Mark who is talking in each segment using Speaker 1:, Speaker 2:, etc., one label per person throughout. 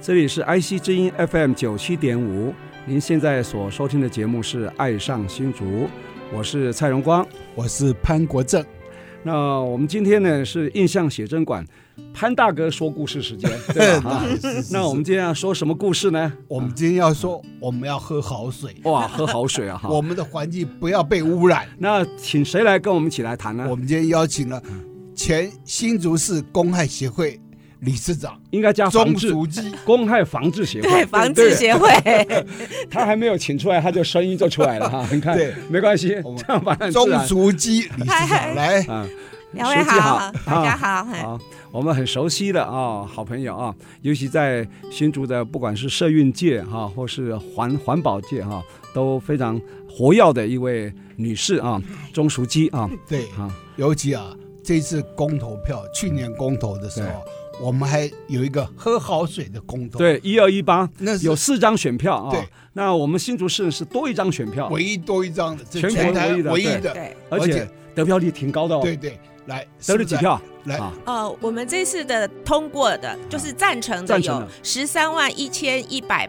Speaker 1: 这里是 IC 之音 FM 九七点五，您现在所收听的节目是《爱上新竹》，我是蔡荣光。
Speaker 2: 我是潘国正。
Speaker 1: 那我们今天呢是印象写真馆潘大哥说故事时间，对吧？啊
Speaker 2: 是是
Speaker 1: 那我们今天要说什么故事呢？
Speaker 2: 我们今天要说，我们要喝好水，
Speaker 1: 哇，喝好水 啊！哈，
Speaker 2: 我们的环境不要被污染。
Speaker 1: 那请谁来跟我们一起来谈呢
Speaker 2: 我？们今天邀请了
Speaker 1: 嗯
Speaker 2: 前新竹市公害协会理事长
Speaker 1: 应该加防
Speaker 2: 钟
Speaker 1: 治
Speaker 2: 淑基。
Speaker 1: 公害防治协会，
Speaker 3: 对防治协会，
Speaker 1: 对他还没有请出来，他就声音就出来了哈。你看
Speaker 2: 对，
Speaker 1: 没关系，
Speaker 2: 我们
Speaker 1: 这样把它
Speaker 2: 钟 淑基理事
Speaker 3: 嗨
Speaker 2: 长来，
Speaker 1: 啊，
Speaker 3: 两位
Speaker 1: 书记好啊
Speaker 3: 好，大家好，嘿
Speaker 1: 好，我们很熟悉的啊、好朋友啊，尤其在新竹的，不管是社运界哈、或是环环保界哈、都非常活跃的一位女士啊，钟淑基啊，
Speaker 2: 对，
Speaker 1: 好
Speaker 2: 尤其啊，这次公投票，去年公投的时候，我们还有一个喝好水的公投，，
Speaker 1: 对，一二一八
Speaker 2: 那是
Speaker 1: 有四张选票啊
Speaker 2: 对，
Speaker 1: 那我们新竹市是多一张选票，
Speaker 2: 唯一多一张的，这
Speaker 1: 全国
Speaker 2: 全台
Speaker 1: 唯一的
Speaker 2: 唯
Speaker 1: 对
Speaker 2: 一的，
Speaker 3: 对，
Speaker 1: 而且得票率挺高的哦，
Speaker 2: 对对，来
Speaker 1: 得了几？票？
Speaker 2: 是不是来
Speaker 1: 啊，
Speaker 3: 呃，我们这次的通过的，就是赞成的
Speaker 1: 赞成
Speaker 3: 有
Speaker 1: 的
Speaker 3: 十三万一千一百，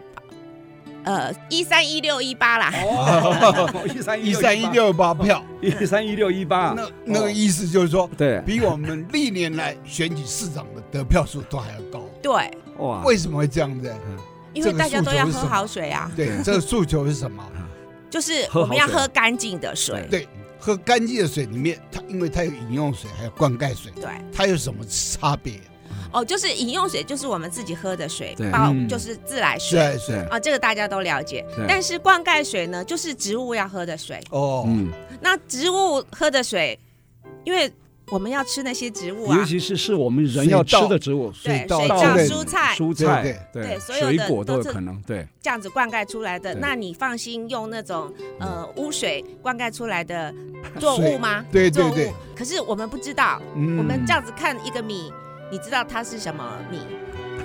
Speaker 3: 呃，一三一六一八啦，
Speaker 1: 哦，一三
Speaker 2: 一三一六八票，
Speaker 1: 一三一六一八，
Speaker 2: 那那
Speaker 1: 哦
Speaker 2: 个意思就是说，
Speaker 1: 对，
Speaker 2: 比我们历年来选举市长的得票数都还要高。
Speaker 3: 对，
Speaker 1: 哇，
Speaker 2: 为什么会这样子？
Speaker 1: 嗯
Speaker 3: 因
Speaker 2: 这
Speaker 3: 为
Speaker 2: 个
Speaker 3: 大家
Speaker 2: 诉
Speaker 3: 都
Speaker 2: 求
Speaker 3: 要
Speaker 2: 是
Speaker 3: 喝
Speaker 2: 什么
Speaker 3: 好水啊，
Speaker 2: 对，这个诉求是什么？
Speaker 1: 嗯
Speaker 3: 就是
Speaker 1: 喝
Speaker 3: 我们
Speaker 1: 好
Speaker 3: 要
Speaker 1: 水
Speaker 3: 喝干净的水，
Speaker 2: 对，喝干净的水里面，它因为它有饮用水，还有灌溉水，
Speaker 3: 对，
Speaker 2: 它有什么差别？
Speaker 3: 哦，就是饮用水就是我们自己喝的水
Speaker 1: 对，
Speaker 3: 包
Speaker 2: 嗯
Speaker 3: 就是自来
Speaker 2: 自
Speaker 3: 水
Speaker 2: 来水
Speaker 1: 对
Speaker 3: 啊，这个大家都了解
Speaker 1: 对，
Speaker 3: 但是灌溉水呢，就是植物要喝的水，
Speaker 2: 哦，
Speaker 1: 嗯，
Speaker 3: 那植物喝的水，因为我们要吃那些植物啊
Speaker 1: 尤，其是是我们人要吃的植物，
Speaker 2: 水
Speaker 3: 对，水
Speaker 2: 稻
Speaker 3: 稻、
Speaker 1: 之类的
Speaker 3: 蔬菜
Speaker 1: 蔬菜
Speaker 2: 对
Speaker 3: 对所有
Speaker 1: 水
Speaker 3: 的
Speaker 1: 果都有
Speaker 3: 都是
Speaker 1: 可能，对
Speaker 3: 这样子灌溉出来的，
Speaker 1: 对
Speaker 3: 那你放心用那种呃污水灌溉出来的作物吗？
Speaker 2: 嗯对对
Speaker 3: 作物
Speaker 2: 对，。
Speaker 3: 可是我们不知道，
Speaker 2: 嗯
Speaker 3: 我们这样子看一个米，你知道它是什么米？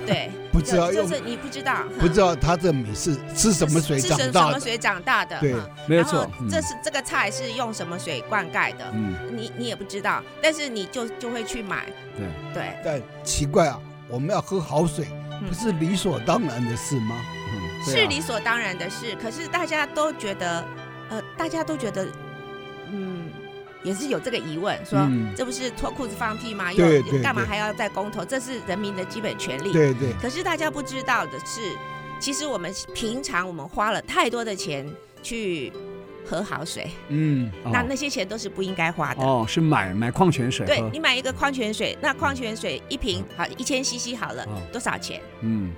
Speaker 3: 对，
Speaker 2: 不知道
Speaker 3: 就
Speaker 2: 用
Speaker 3: 就是你不知道，
Speaker 2: 不知道它这米是吃什么水
Speaker 3: 是
Speaker 2: 长
Speaker 3: 什什
Speaker 2: 大
Speaker 3: 么
Speaker 2: 的？
Speaker 3: 水长大的？
Speaker 2: 对
Speaker 3: 哈
Speaker 1: 没有
Speaker 3: 然后
Speaker 1: 错嗯
Speaker 3: 这是这个菜是用什么水灌溉的？
Speaker 1: 嗯，
Speaker 3: 你你也不知道，但是你就就会去买。
Speaker 1: 对
Speaker 3: 对，
Speaker 2: 但奇怪啊，我们要喝好水，
Speaker 3: 嗯
Speaker 2: 不是理所当然的事吗？
Speaker 1: 嗯，对
Speaker 3: 是
Speaker 1: 啊
Speaker 3: 理所当然的事，可是大家都觉得，呃，大家都觉得，嗯，也是有这个疑问，说、
Speaker 1: 嗯
Speaker 3: 这不是脱裤子放屁吗？
Speaker 2: 对
Speaker 3: 又
Speaker 2: 对
Speaker 3: 干嘛
Speaker 2: 对
Speaker 3: 还要再公投？这是人民的基本权利。
Speaker 2: 对对，
Speaker 3: 可是大家不知道的是，其实我们平常我们花了太多的钱去喝好水，
Speaker 2: 嗯，
Speaker 3: 那
Speaker 1: 哦
Speaker 3: 那些钱都是不应该花的。
Speaker 1: 哦是买买矿泉水
Speaker 3: 对
Speaker 1: 喝
Speaker 3: 你，买一个矿泉水，那矿泉水一瓶好一千 CC 好了，
Speaker 1: 哦
Speaker 3: 多少钱？
Speaker 1: 嗯，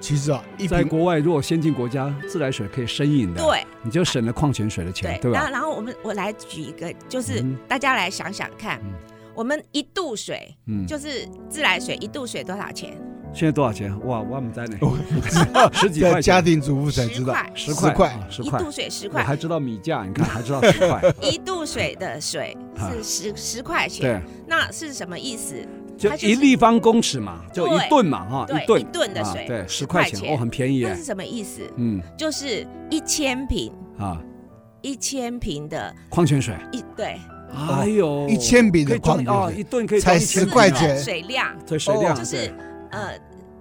Speaker 2: 其实啊，一
Speaker 1: 在
Speaker 2: 瓶
Speaker 1: 国外如果先进国家自来水可以生饮的，
Speaker 3: 对，
Speaker 1: 你就省了矿泉水的钱，对
Speaker 3: 然
Speaker 1: 吧
Speaker 3: 后？然后我们我来举一个，就是
Speaker 1: 嗯
Speaker 3: 大家来想想看，
Speaker 1: 嗯
Speaker 3: 我们一度水
Speaker 1: 嗯，
Speaker 3: 就是自来水一度水多少钱？
Speaker 1: 现在多少钱？哇，我们在呢，
Speaker 2: 我
Speaker 1: 十几
Speaker 2: 哦 在
Speaker 1: 块
Speaker 2: 家
Speaker 1: 钱，
Speaker 2: 庭主妇才知道
Speaker 3: 块，
Speaker 1: 十
Speaker 2: 十块
Speaker 1: 啊十
Speaker 3: 一
Speaker 1: 块
Speaker 3: 度，水十
Speaker 1: 我
Speaker 3: 块，
Speaker 1: 还知道米价，你 看还知道十块，
Speaker 3: 一度水的水
Speaker 1: 啊
Speaker 3: 是十十块钱，
Speaker 1: 对，
Speaker 3: 那是什么意思？
Speaker 1: 就
Speaker 3: 它就是
Speaker 1: 一立方公尺嘛，就一
Speaker 3: 对
Speaker 1: 吨嘛哈，
Speaker 3: 对，
Speaker 1: 吨
Speaker 3: 一吨的
Speaker 1: 啊
Speaker 3: 水，
Speaker 1: 对，十
Speaker 3: 10
Speaker 1: 块
Speaker 3: 钱
Speaker 1: 钱，哦，很便宜
Speaker 3: 那
Speaker 1: 哎
Speaker 3: 是，什么意思？
Speaker 1: 嗯
Speaker 3: 就是一千瓶，
Speaker 1: 啊，
Speaker 3: 一千瓶的
Speaker 1: 矿泉水。
Speaker 3: 一对
Speaker 1: 哎呦，
Speaker 2: 哦一千瓶
Speaker 1: 可
Speaker 2: 的
Speaker 1: 以装
Speaker 2: 矿
Speaker 1: 哦，
Speaker 2: 泉
Speaker 1: 一
Speaker 2: 水，
Speaker 1: 顿可以
Speaker 2: 才
Speaker 1: 装一千
Speaker 2: 10块
Speaker 1: 瓶啊
Speaker 2: 钱
Speaker 3: 水量，
Speaker 1: 对水量，
Speaker 2: 哦
Speaker 3: 就是呃，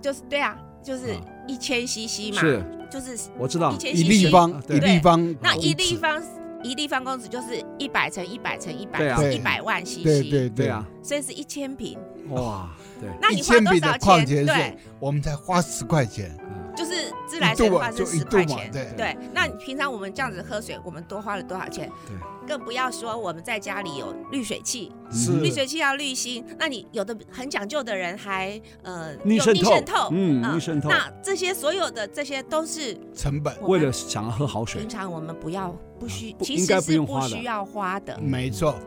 Speaker 3: 就是对啊，就是
Speaker 1: 啊
Speaker 3: 一千 CC
Speaker 1: 对
Speaker 3: 嘛，
Speaker 1: 是，啊
Speaker 3: 就是
Speaker 1: 我知道
Speaker 3: 一，千
Speaker 2: 一立
Speaker 3: CC
Speaker 2: 方
Speaker 1: 对
Speaker 2: 一立方，
Speaker 3: 那一立，方一立方公尺就是一百乘一百乘一百
Speaker 1: 对啊
Speaker 3: 是一百万 CC，
Speaker 2: 对对
Speaker 1: 对啊，
Speaker 3: 所以是一千瓶。
Speaker 1: 哇，对，
Speaker 3: 那
Speaker 2: 一
Speaker 3: 你花
Speaker 2: 千
Speaker 3: 多
Speaker 2: 瓶的
Speaker 3: 少
Speaker 2: 矿
Speaker 3: 钱？
Speaker 2: 泉水
Speaker 3: 对，
Speaker 2: 我们才花十块钱，
Speaker 1: 嗯
Speaker 3: 就是自来
Speaker 2: 一
Speaker 3: 水
Speaker 2: 度
Speaker 3: 的
Speaker 2: 啊
Speaker 3: 话是
Speaker 2: 就一
Speaker 3: 十
Speaker 2: 度
Speaker 3: 块
Speaker 2: 嘛
Speaker 3: 钱，
Speaker 2: 对
Speaker 3: 对。那你平常我们这样子喝水，我们多花了多少钱？
Speaker 1: 对
Speaker 3: 更不要说我们在家里有滤水器，
Speaker 2: 是
Speaker 3: 滤水器要滤芯，那你有的很讲究的人还呃
Speaker 1: 逆
Speaker 3: 有
Speaker 1: 渗
Speaker 3: 逆
Speaker 1: 透
Speaker 3: 渗透，
Speaker 1: 嗯
Speaker 3: 啊
Speaker 1: 逆渗透
Speaker 3: 那这些所有的这些都是
Speaker 2: 成本
Speaker 3: 我
Speaker 1: 为
Speaker 3: 们
Speaker 1: 了想要喝好水啊
Speaker 3: 平，常我们不要不需，
Speaker 1: 不
Speaker 3: 其
Speaker 1: 应该
Speaker 3: 实
Speaker 1: 不
Speaker 3: 是
Speaker 1: 用
Speaker 3: 不
Speaker 1: 花的
Speaker 3: 需要花的。
Speaker 2: 没错，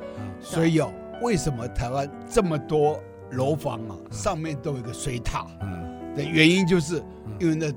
Speaker 2: 所以哦，为什么台湾这么多楼房啊，上面都有一个水塔
Speaker 1: 嗯，
Speaker 2: 的原因，就是因为那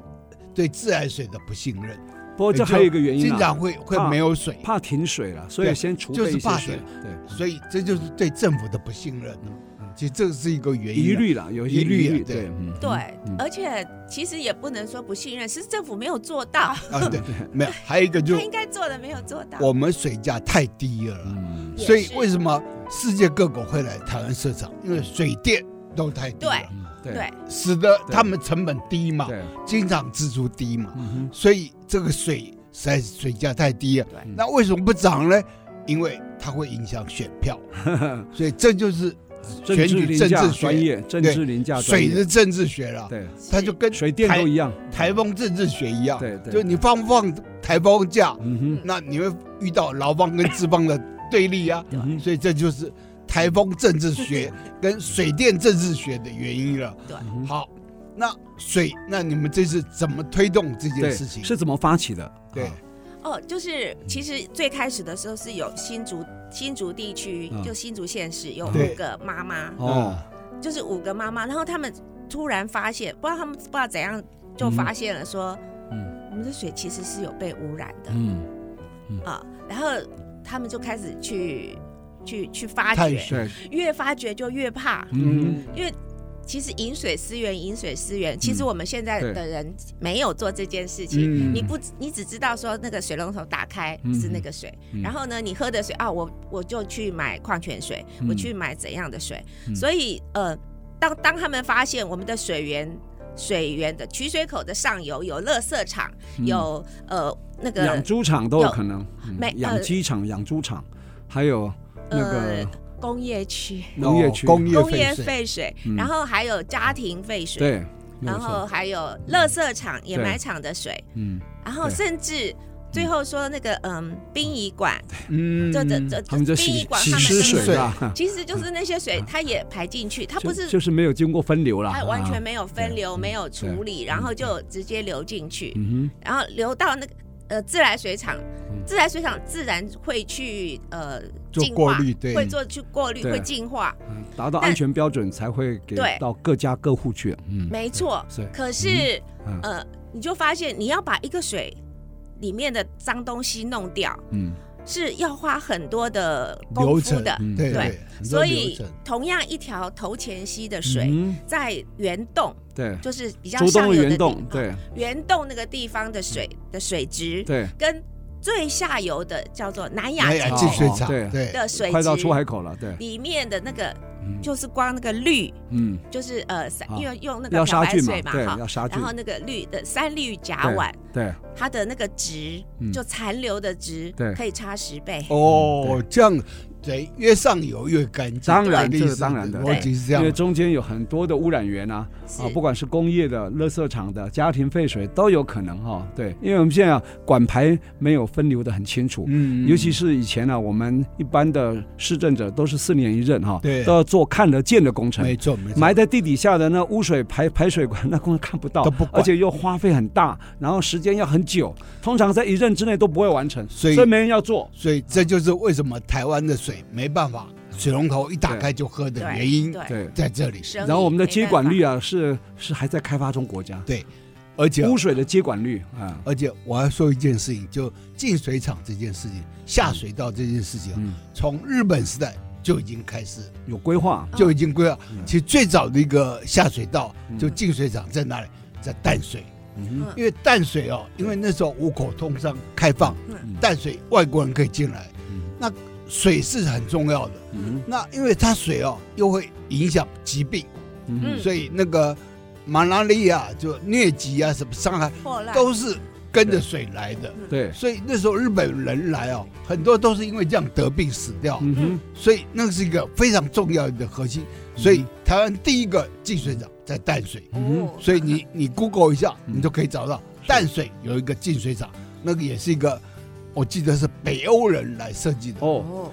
Speaker 2: 对自来水的不信任，
Speaker 1: 不过这还有一个原因
Speaker 2: 哎经
Speaker 1: 啊，
Speaker 2: 常会会
Speaker 1: 怕
Speaker 2: 没有水，
Speaker 1: 怕停水了，所以
Speaker 2: 对
Speaker 1: 先储
Speaker 2: 就
Speaker 1: 备
Speaker 2: 是
Speaker 1: 一些
Speaker 2: 怕
Speaker 1: 水
Speaker 2: 停，
Speaker 1: 对，
Speaker 2: 所以这就是对政府的不信任啊
Speaker 1: 嗯
Speaker 2: 其实这是一个原因啊。
Speaker 1: 疑虑了，有一些
Speaker 2: 疑虑
Speaker 1: 疑
Speaker 2: 啊
Speaker 1: 虑，
Speaker 2: 对
Speaker 1: 对，嗯
Speaker 3: 对，
Speaker 1: 嗯
Speaker 3: 而且其实也不能说不信任，是政府没有做到，
Speaker 1: 嗯
Speaker 2: 啊，对，没有，还有一个就
Speaker 3: 他应
Speaker 2: 是
Speaker 3: 该做的没有做到。
Speaker 2: 我们水价太低了啦，
Speaker 1: 嗯，
Speaker 3: 也
Speaker 2: 所以
Speaker 3: 是
Speaker 2: 为什么世界各国会来台湾市场？因为水电都太低了，
Speaker 1: 嗯对
Speaker 3: 对，
Speaker 2: 使得
Speaker 1: 对
Speaker 2: 他们成本低嘛，
Speaker 1: 对，
Speaker 2: 经常支出低嘛，
Speaker 1: 嗯
Speaker 2: 所以这个水实在是水价太低了
Speaker 3: 对。
Speaker 2: 那为什么不涨呢？因为它会影响选 票，
Speaker 1: 哼，
Speaker 2: 所以这就是
Speaker 1: 政
Speaker 2: 选
Speaker 1: 治
Speaker 2: 举
Speaker 1: 凌
Speaker 2: 政
Speaker 1: 驾
Speaker 2: 治学
Speaker 1: 专业，政
Speaker 2: 对
Speaker 1: 治凌驾专
Speaker 2: 水
Speaker 1: 业
Speaker 2: 的政治学了。
Speaker 1: 对，
Speaker 2: 它就跟
Speaker 1: 水电都一样，
Speaker 2: 台风政治学一样，
Speaker 1: 对对
Speaker 2: 啊就你放不放台风假，
Speaker 1: 嗯哼
Speaker 2: 那你会遇到劳方跟资方的对立啊。
Speaker 1: 嗯哼，
Speaker 2: 所以这就是台风政治 学跟水电政治学的原因了。
Speaker 3: 对
Speaker 1: 嗯哼
Speaker 2: 好，那水，那你们这次怎么推动这件
Speaker 1: 对，
Speaker 2: 事情？
Speaker 1: 是怎么发起的？
Speaker 2: 对
Speaker 1: 啊
Speaker 3: 哦，就是其实最开始的时候是有新竹新竹地区，
Speaker 1: 嗯
Speaker 3: 就新竹县市有
Speaker 2: 对
Speaker 3: 五个妈妈，
Speaker 1: 哦，
Speaker 3: 就是五个妈妈，然后他们突然发现，不知道他们不知道怎样就发现了说，
Speaker 1: 嗯
Speaker 3: 我们的水其实是有被污染的
Speaker 1: 嗯，
Speaker 3: 啊、然后他们就开始去去去发
Speaker 2: 探
Speaker 3: 掘，
Speaker 2: 寻
Speaker 1: 对，
Speaker 3: 越发掘就越怕，
Speaker 1: 嗯
Speaker 3: 因为。其实饮水思源，饮水思源。其实我们现在
Speaker 1: 对
Speaker 3: 的人没有做这件事情，
Speaker 1: 嗯，
Speaker 3: 你不知，你只知道说那个水龙头打开
Speaker 1: 嗯
Speaker 3: 是那个水，
Speaker 1: 嗯
Speaker 3: 然后呢，你喝的水啊，我我就去买矿泉水，
Speaker 1: 嗯
Speaker 3: 我去买怎样的水，
Speaker 1: 嗯
Speaker 3: 所以呃，当当他们发现我们的水源。水源的取水口的上游有垃圾场，
Speaker 1: 嗯
Speaker 3: 有呃那
Speaker 1: 养
Speaker 3: 个
Speaker 1: 猪场都有
Speaker 3: 有
Speaker 1: 可能，嗯
Speaker 3: 没
Speaker 1: 养
Speaker 3: 呃
Speaker 1: 鸡场、养猪场，还有那个
Speaker 3: 呃工业区、
Speaker 1: 农业区，
Speaker 2: 哦工业
Speaker 3: 工业
Speaker 2: 废水，
Speaker 3: 废水
Speaker 1: 嗯，
Speaker 3: 然后还有家庭废水，
Speaker 1: 对，没有
Speaker 3: 然
Speaker 1: 错
Speaker 3: 后还有垃圾场、掩
Speaker 1: 对
Speaker 3: 埋场的水，
Speaker 1: 嗯，
Speaker 3: 然后
Speaker 1: 对
Speaker 3: 甚至最后说那个嗯殡仪馆，
Speaker 2: 嗯
Speaker 3: 这这这
Speaker 1: 他们就
Speaker 3: 殡
Speaker 1: 洗
Speaker 3: 仪馆
Speaker 1: 洗
Speaker 3: 他们
Speaker 1: 湿
Speaker 3: 的
Speaker 1: 水
Speaker 2: 水
Speaker 1: 啦，
Speaker 3: 其实就是那些水，它也排进去，它
Speaker 1: 嗯就
Speaker 3: 不是，
Speaker 1: 就是没有经过分流啦，
Speaker 3: 它完全
Speaker 1: 啊，
Speaker 3: 没有分流，
Speaker 1: 对
Speaker 3: 没有处理，然后就直接流进去，
Speaker 1: 嗯
Speaker 3: 然后流到那个呃自来水厂
Speaker 1: 嗯，
Speaker 3: 自来水厂自然会去呃
Speaker 2: 做
Speaker 3: 净
Speaker 2: 过
Speaker 3: 化，
Speaker 2: 滤，对，
Speaker 3: 会做去过滤，
Speaker 1: 对
Speaker 3: 会净化，
Speaker 1: 哼，嗯达到
Speaker 3: 但
Speaker 1: 安全标准才会给
Speaker 3: 对
Speaker 1: 到各家各户去，嗯，
Speaker 3: 没错。
Speaker 1: 是，
Speaker 3: 可是
Speaker 1: 嗯
Speaker 3: 呃，你就发现你要把一个水里面的脏东西弄掉，
Speaker 1: 嗯
Speaker 3: 是要花很多的
Speaker 2: 流
Speaker 3: 功夫
Speaker 2: 程
Speaker 3: 的，
Speaker 1: 嗯
Speaker 2: 对
Speaker 3: 对，
Speaker 2: 很多
Speaker 3: 所
Speaker 2: 流
Speaker 3: 以
Speaker 2: 程
Speaker 3: 同样一条头前溪的水。
Speaker 1: 嗯
Speaker 3: 在原洞，
Speaker 1: 对，
Speaker 3: 就是比较
Speaker 1: 竹
Speaker 3: 上
Speaker 1: 东
Speaker 3: 游
Speaker 1: 的
Speaker 3: 的地
Speaker 1: 原洞，
Speaker 3: 啊
Speaker 1: 对
Speaker 3: 原洞那个地方的水的水质，
Speaker 1: 对，
Speaker 3: 跟最下游的叫做南亚
Speaker 2: 哎呀，
Speaker 3: 进
Speaker 2: 进
Speaker 1: 进水
Speaker 2: 水厂，
Speaker 1: 厂
Speaker 2: 对
Speaker 3: 的水
Speaker 1: 快到出
Speaker 3: 质
Speaker 1: 海口了，对，
Speaker 3: 里面的那个，
Speaker 1: 嗯
Speaker 3: 就是光那个氯，
Speaker 1: 嗯，
Speaker 3: 就是呃，三
Speaker 1: 啊
Speaker 3: 因为用那个
Speaker 1: 要
Speaker 3: 漂
Speaker 1: 杀
Speaker 3: 白
Speaker 1: 菌
Speaker 3: 水
Speaker 1: 对，
Speaker 3: 哈，
Speaker 1: 要杀菌
Speaker 3: 然，后那个氯的三氯甲烷，
Speaker 1: 对，
Speaker 3: 它的那个值
Speaker 1: 嗯
Speaker 3: 就残留的值
Speaker 1: 对，
Speaker 3: 可以差十倍。
Speaker 2: 哦，这样对，越上游越干净，
Speaker 1: 当然
Speaker 2: 对
Speaker 1: 这
Speaker 2: 意
Speaker 1: 是
Speaker 2: 思
Speaker 1: 当然的
Speaker 2: 逻辑是这
Speaker 1: 因为
Speaker 2: 样，
Speaker 1: 中间有很多的污染源啊，
Speaker 3: 是
Speaker 1: 啊，不管是工业的、垃圾场的、家庭废水都有可能哈、对，因为我们现在、啊、管牌没有分流的很清楚。
Speaker 2: 嗯
Speaker 1: 尤其是以前呢、啊，我们一般的市政者都是四年一任哈、
Speaker 2: 对
Speaker 1: 都要做看得见的工程
Speaker 2: 没，错没错，
Speaker 1: 埋在地底下的那污水排排水管那工程看不到
Speaker 2: 都，不管
Speaker 1: 而且又花费很大，然后时间要很久，通常在一任之内都不会完成，
Speaker 2: 所以
Speaker 1: 没人要做。
Speaker 2: 所以这就是为什么台湾的水没办法，水龙头一打开就喝的原因
Speaker 3: 对，
Speaker 1: 对，
Speaker 2: 在这里。
Speaker 3: 生
Speaker 1: 然后我们的
Speaker 3: 意没
Speaker 1: 接
Speaker 3: 办
Speaker 1: 管
Speaker 3: 法
Speaker 1: 率啊，是是还在开发中国家，
Speaker 2: 而且
Speaker 1: 污水的接管率啊，
Speaker 2: 而且我要说一件事情，就进水厂这件事情，下水道这件事情，啊
Speaker 1: 嗯，
Speaker 2: 从日本时代就已经开始，
Speaker 1: 有规划，
Speaker 2: 就已经规划。
Speaker 1: 嗯
Speaker 2: 其实最早的一个下水道
Speaker 1: 嗯
Speaker 2: 就进水厂在哪里？在淡水，
Speaker 1: 嗯
Speaker 2: 因为淡水哦，因为那时候五口通商开放，
Speaker 1: 嗯
Speaker 2: 淡水外国人可以进来
Speaker 1: 嗯，
Speaker 2: 那水是很重要的。
Speaker 1: 嗯
Speaker 2: 那因为它水哦，又会影响疾病。
Speaker 1: 嗯
Speaker 2: 所以那个马拉利亚就疟疾啊，什么伤害
Speaker 3: 破烂
Speaker 2: 都是跟着水来的。
Speaker 1: 对，
Speaker 2: 所以那时候日本人来哦，很多都是因为这样得病死掉，
Speaker 1: 嗯哼，
Speaker 2: 所以那是一个非常重要的核心。所以台湾第一个净水厂在淡水，
Speaker 1: 嗯
Speaker 3: 哦
Speaker 2: 所以你你 Google 一下，
Speaker 1: 嗯
Speaker 2: 你就可以找到淡水有一个净水厂，那个也是一个，我记得是北欧人来设计的，
Speaker 1: 哦，
Speaker 3: 哦，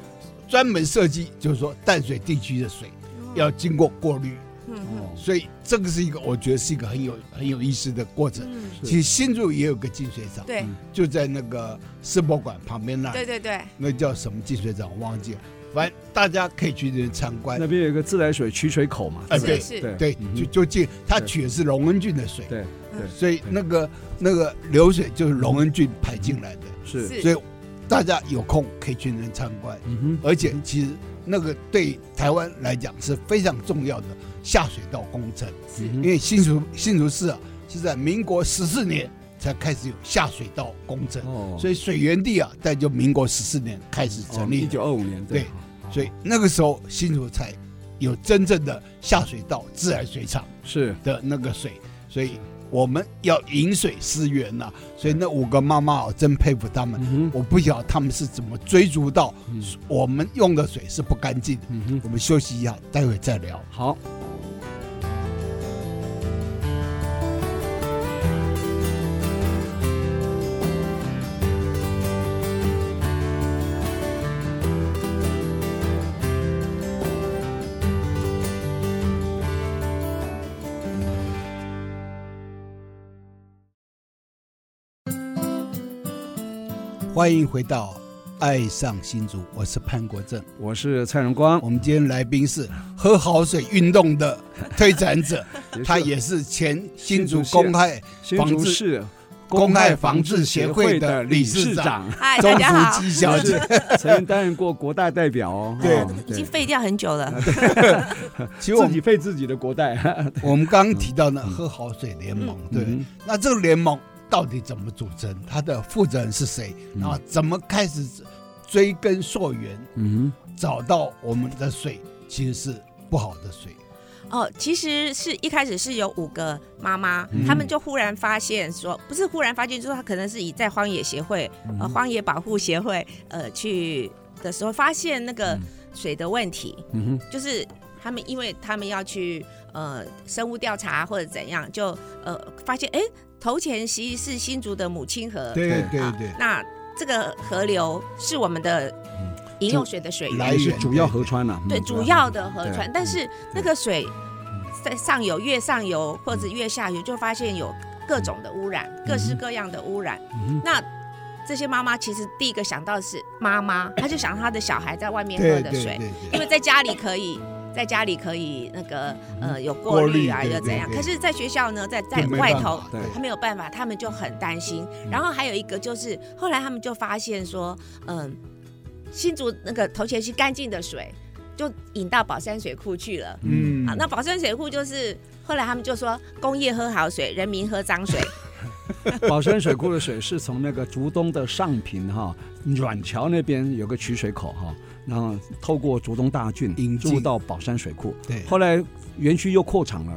Speaker 2: 专门设计就是说淡水地区的水要经过过滤，
Speaker 3: 嗯
Speaker 1: 哦
Speaker 2: 所以这个是一个我觉得是一个很有很有意思的过程。
Speaker 3: 嗯，
Speaker 1: 是
Speaker 2: 其实新竹也有个净水厂，
Speaker 3: 对
Speaker 2: 就在那个世博馆旁边那里
Speaker 3: 对对对，
Speaker 2: 那叫什么净水厂我忘记了，反正大家可以去那边参观
Speaker 1: 那。边有一个自来水取水口嘛，
Speaker 2: 哎
Speaker 3: 是
Speaker 2: 对
Speaker 3: 是
Speaker 1: 对
Speaker 2: 对，
Speaker 1: 嗯
Speaker 2: 就就进，他
Speaker 1: 对
Speaker 2: 取的是龙恩郡的水，
Speaker 1: 对
Speaker 3: 嗯
Speaker 1: 对
Speaker 2: 所以那个那个流水就是龙恩郡排进来的，
Speaker 1: 是，
Speaker 2: 所
Speaker 3: 是
Speaker 2: 以大家有空可以去那边参观。
Speaker 1: 嗯哼，
Speaker 2: 而且其实那个对台湾来讲是非常重要的下水道工程，
Speaker 3: 是
Speaker 1: 嗯哼
Speaker 2: 因为新竹新竹市啊是在民国十四年才开始有下水道工程，
Speaker 1: 哦，
Speaker 2: 所以水源地啊在就民国十四年开始成立
Speaker 1: 一，九二五年
Speaker 2: 对，
Speaker 1: 好
Speaker 2: 所以那个时候新竹才有真正的下水道自来水厂。
Speaker 1: 是
Speaker 2: 的那个水，所以我们要饮水思源呐、所以那五个妈妈，我真佩服他们。
Speaker 1: 嗯哼
Speaker 2: 我不晓得他们是怎么追逐到
Speaker 1: 嗯
Speaker 2: 我们用的水是不干净的。
Speaker 1: 嗯哼，
Speaker 2: 我们休息一下，待会再聊。
Speaker 1: 好，
Speaker 2: 欢迎回到《爱上新竹》，我是潘国正。
Speaker 1: 我是蔡荣光，
Speaker 2: 我们今天来宾是喝好水运动的推展者，
Speaker 1: 是
Speaker 2: 他 也是前新竹公害
Speaker 1: 新
Speaker 2: 防
Speaker 1: 竹
Speaker 2: 治
Speaker 1: 市
Speaker 2: 公害
Speaker 1: 害
Speaker 2: 防治协会的理事 长，
Speaker 3: 嗨，
Speaker 2: 中
Speaker 3: 大家
Speaker 2: 福
Speaker 3: 好，
Speaker 2: 基小姐。
Speaker 1: 曾经担任过国大代表哦，
Speaker 2: 对嗯
Speaker 1: 哦
Speaker 3: 已经废掉很久了，
Speaker 2: 其实
Speaker 1: 自
Speaker 2: 我们
Speaker 1: 己费自己的国 代，
Speaker 2: 我们刚刚提到呢，喝好水联盟，对不对
Speaker 1: 嗯，
Speaker 2: 那这个联盟到底怎么组成？它的负责人是谁？
Speaker 1: 嗯
Speaker 2: 然后怎么开始追根溯源，
Speaker 1: 嗯
Speaker 2: 找到我们的水其实是不好的水？
Speaker 3: 哦，其实是一开始是有五个妈妈
Speaker 1: 嗯，
Speaker 3: 他们就忽然发现说，不是忽然发现，就是她可能是以在荒野协会、
Speaker 2: 嗯
Speaker 3: 呃荒野保护协会呃去的时候，发现那个
Speaker 1: 嗯
Speaker 3: 水的问题，
Speaker 1: 嗯哼，
Speaker 3: 就是他们因为他们要去呃生物调查或者怎样，就呃发现哎头前溪是新竹的母亲河，
Speaker 2: 对
Speaker 1: 对
Speaker 3: 啊
Speaker 2: 对对，
Speaker 3: 那这个河流是我们的饮用水的水源
Speaker 2: 嗯来
Speaker 1: 也是
Speaker 2: 源
Speaker 1: 主要河川呐，
Speaker 3: 对，
Speaker 1: 嗯
Speaker 3: 主要的河川
Speaker 1: 对，
Speaker 3: 但是那个水
Speaker 2: 嗯
Speaker 3: 在上游、越上游或者越下游，就发现有各种的污染，
Speaker 2: 嗯
Speaker 3: 各式各样的污染。
Speaker 1: 嗯哼
Speaker 3: 那这些妈妈其实第一个想到的是妈妈，她就想她的小孩在外面
Speaker 2: 对
Speaker 3: 喝
Speaker 2: 对
Speaker 3: 的
Speaker 2: 对
Speaker 3: 水，
Speaker 2: 对
Speaker 3: 因
Speaker 2: 对，
Speaker 3: 为在家里可以。在家里可以那个呃有过滤啊，
Speaker 2: 过滤对
Speaker 3: 又怎样？
Speaker 2: 对对
Speaker 3: 可是，在学校呢，在在
Speaker 2: 就没
Speaker 3: 外
Speaker 2: 办
Speaker 3: 头
Speaker 2: 法，
Speaker 1: 对
Speaker 3: 他没有办法，他们就很担心。然后还有一个就是，后来他们就发现说，嗯，新竹那个头前溪干净的水就引到宝山水库去了。
Speaker 1: 嗯
Speaker 3: 啊，那宝山水库就是后来他们就说，工业喝好水，人民喝脏水。
Speaker 1: 宝山水库的水是从那个竹东的上坪哈软桥那边有个取水口哈，然后透过竹东大郡
Speaker 2: 引进
Speaker 1: 注到宝山水库，
Speaker 2: 对
Speaker 1: 后来园区又扩厂了。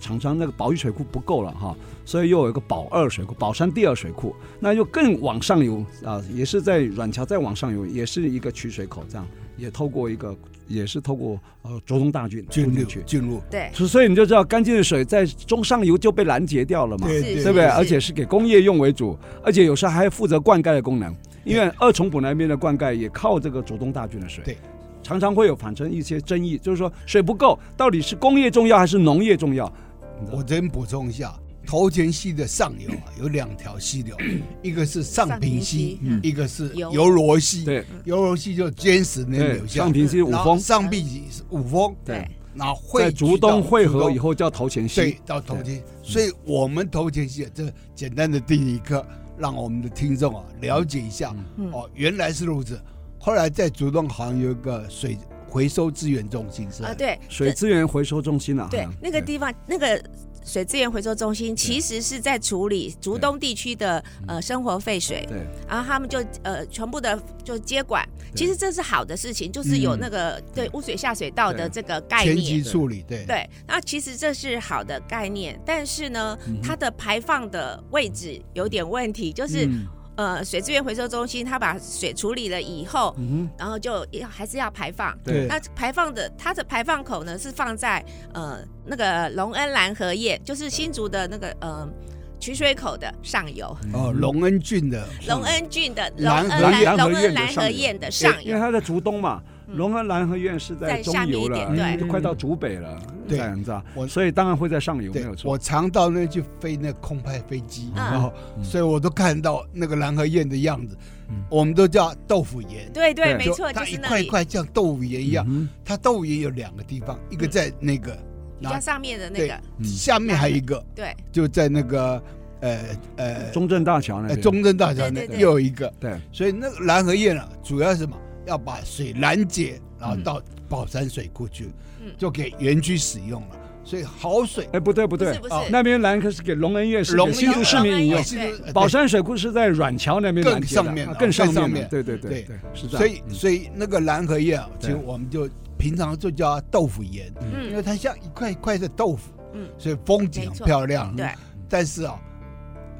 Speaker 1: 厂商那个宝玉水库不够了哈，所以又有一个宝二水库、宝山第二水库，那又更往上游啊，也是在软桥再往上游，也是一个取水口，这样也透过一个，也是透过呃竹东大郡
Speaker 2: 进
Speaker 1: 进
Speaker 2: 入
Speaker 1: 去，
Speaker 2: 进入，
Speaker 3: 对，
Speaker 1: 所所以你就知道干净的水在中上游就被拦截掉了嘛，
Speaker 2: 对
Speaker 3: 是
Speaker 2: 对
Speaker 1: 对不对？
Speaker 3: 是
Speaker 1: 而且是给工业用为主，而且有时候还负责灌溉的功能，因为二重埔那边的灌溉也靠这个竹东大郡的水。
Speaker 2: 对。
Speaker 1: 常常会有产生一些争议，就是说水不够，到底是工业重要还是农业重要？
Speaker 2: 嗯我这边补充一下，头前溪的上游啊有两条溪流，一个是上平溪，
Speaker 3: 嗯
Speaker 2: 一个是
Speaker 3: 游
Speaker 2: 游罗溪。
Speaker 1: 对
Speaker 2: 游罗溪就坚实那
Speaker 1: 对，
Speaker 2: 流下
Speaker 1: 上，平溪五
Speaker 2: 然后
Speaker 1: 峰，
Speaker 2: 上壁是五峰，
Speaker 1: 对，
Speaker 2: 然后汇
Speaker 1: 在竹东汇合以
Speaker 2: 后。
Speaker 1: 后叫头前
Speaker 2: 对
Speaker 1: 溪，，
Speaker 2: 到头前，所以我们头前溪这简单的地理课，让我们的听众啊了解一下、
Speaker 3: 嗯
Speaker 2: 哦，原来是如此。后来在竹东好像有一个水回收资源中心是吧？
Speaker 3: 啊，对，嗯
Speaker 1: 水资源回收中心啊，
Speaker 3: 对
Speaker 1: 哈，
Speaker 3: 那个地方那个水资源回收中心其实是在处理竹东地区的呃生活废水，
Speaker 1: 对
Speaker 3: 然后他们就呃全部的就接管。
Speaker 1: 对
Speaker 3: 其实这是好的事情，就是有那个对污水下水道的这个概
Speaker 2: 前期
Speaker 3: 念。
Speaker 2: 处理对
Speaker 3: 对，那其实这是好的概念，但是呢，它的排放的位置有点问题，就是、
Speaker 1: 嗯
Speaker 3: 呃水资源回收中心，它把水处理了以后，
Speaker 1: 嗯
Speaker 3: 然后就要还是要排放。
Speaker 2: 对
Speaker 3: 那排放的它的排放口呢是放在呃那个隆恩兰河堰，就是新竹的那个呃取水口的上游，
Speaker 1: 哼，
Speaker 2: 哦，隆恩郡的
Speaker 3: 隆恩郡的隆
Speaker 2: 兰
Speaker 3: 恩
Speaker 2: 兰
Speaker 3: 兰
Speaker 1: 兰河
Speaker 3: 隆
Speaker 1: 堰
Speaker 3: 恩
Speaker 1: 的
Speaker 3: 兰
Speaker 1: 上
Speaker 3: 河
Speaker 1: 游
Speaker 3: 堰的上
Speaker 1: 对因为
Speaker 3: 游。
Speaker 1: 它在竹东嘛，
Speaker 3: 嗯
Speaker 1: 龙和兰和苑是在
Speaker 3: 在
Speaker 1: 中
Speaker 3: 下面
Speaker 1: 游
Speaker 3: 一
Speaker 1: 了，
Speaker 3: 点
Speaker 1: 嗯
Speaker 3: 对
Speaker 1: 就快到竹北了，
Speaker 2: 对
Speaker 1: 这样子啊
Speaker 2: 我，
Speaker 1: 所以当然会在上游，没
Speaker 2: 对
Speaker 1: 有，错
Speaker 2: 我。常到那去飞那空拍飞机，
Speaker 3: 嗯
Speaker 2: 然后
Speaker 1: 嗯
Speaker 2: 所以我都看到那个蓝河燕的样子
Speaker 1: 嗯，
Speaker 2: 我们都叫豆腐岩，
Speaker 3: 对对，
Speaker 1: 对
Speaker 3: 没错，就
Speaker 2: 它一
Speaker 3: 是那
Speaker 2: 块一
Speaker 3: 里
Speaker 2: 块像豆腐岩一样。呃
Speaker 1: 嗯
Speaker 2: 它豆腐岩有两个地方，一个在那个，
Speaker 3: 嗯比较上面的那
Speaker 2: 对
Speaker 3: 个，
Speaker 1: 嗯
Speaker 2: 下面还有一个
Speaker 3: 对
Speaker 2: 就在那个呃呃
Speaker 1: 中正大桥那
Speaker 2: 呃
Speaker 1: 边，
Speaker 2: 中正大桥那
Speaker 3: 对对对
Speaker 2: 又有一个，
Speaker 1: 对，
Speaker 2: 所以那个蓝河堰呢，啊主要是什么？要把水拦截，然后
Speaker 1: 嗯
Speaker 2: 到宝山水库去
Speaker 3: 嗯，
Speaker 2: 就给园区使用了。所以好水，
Speaker 1: 哎，不对不
Speaker 3: 不
Speaker 1: 对
Speaker 3: 是，不
Speaker 2: 哦
Speaker 3: 是，
Speaker 1: 那边蓝可是给龙恩苑是
Speaker 2: 龙
Speaker 1: 给新竹市民饮用
Speaker 3: 对，
Speaker 2: 新竹
Speaker 1: 宝山水库是在软桥那边
Speaker 2: 更
Speaker 1: 拦截的
Speaker 2: 上面
Speaker 1: 啊
Speaker 2: 了
Speaker 1: 更上
Speaker 2: 更上
Speaker 1: 面了，
Speaker 2: 面
Speaker 1: 对对对
Speaker 2: 对
Speaker 1: 对，是这样。
Speaker 2: 所以
Speaker 1: 嗯
Speaker 2: 所以那个蓝荷叶啊，其实
Speaker 1: 对
Speaker 2: 我们就平常就叫它豆腐盐，因
Speaker 3: 嗯
Speaker 2: 为它像一块一块的豆腐，
Speaker 3: 嗯
Speaker 2: 所以风景
Speaker 3: 没
Speaker 2: 很
Speaker 3: 错
Speaker 2: 漂亮。
Speaker 3: 对
Speaker 2: 但是啊，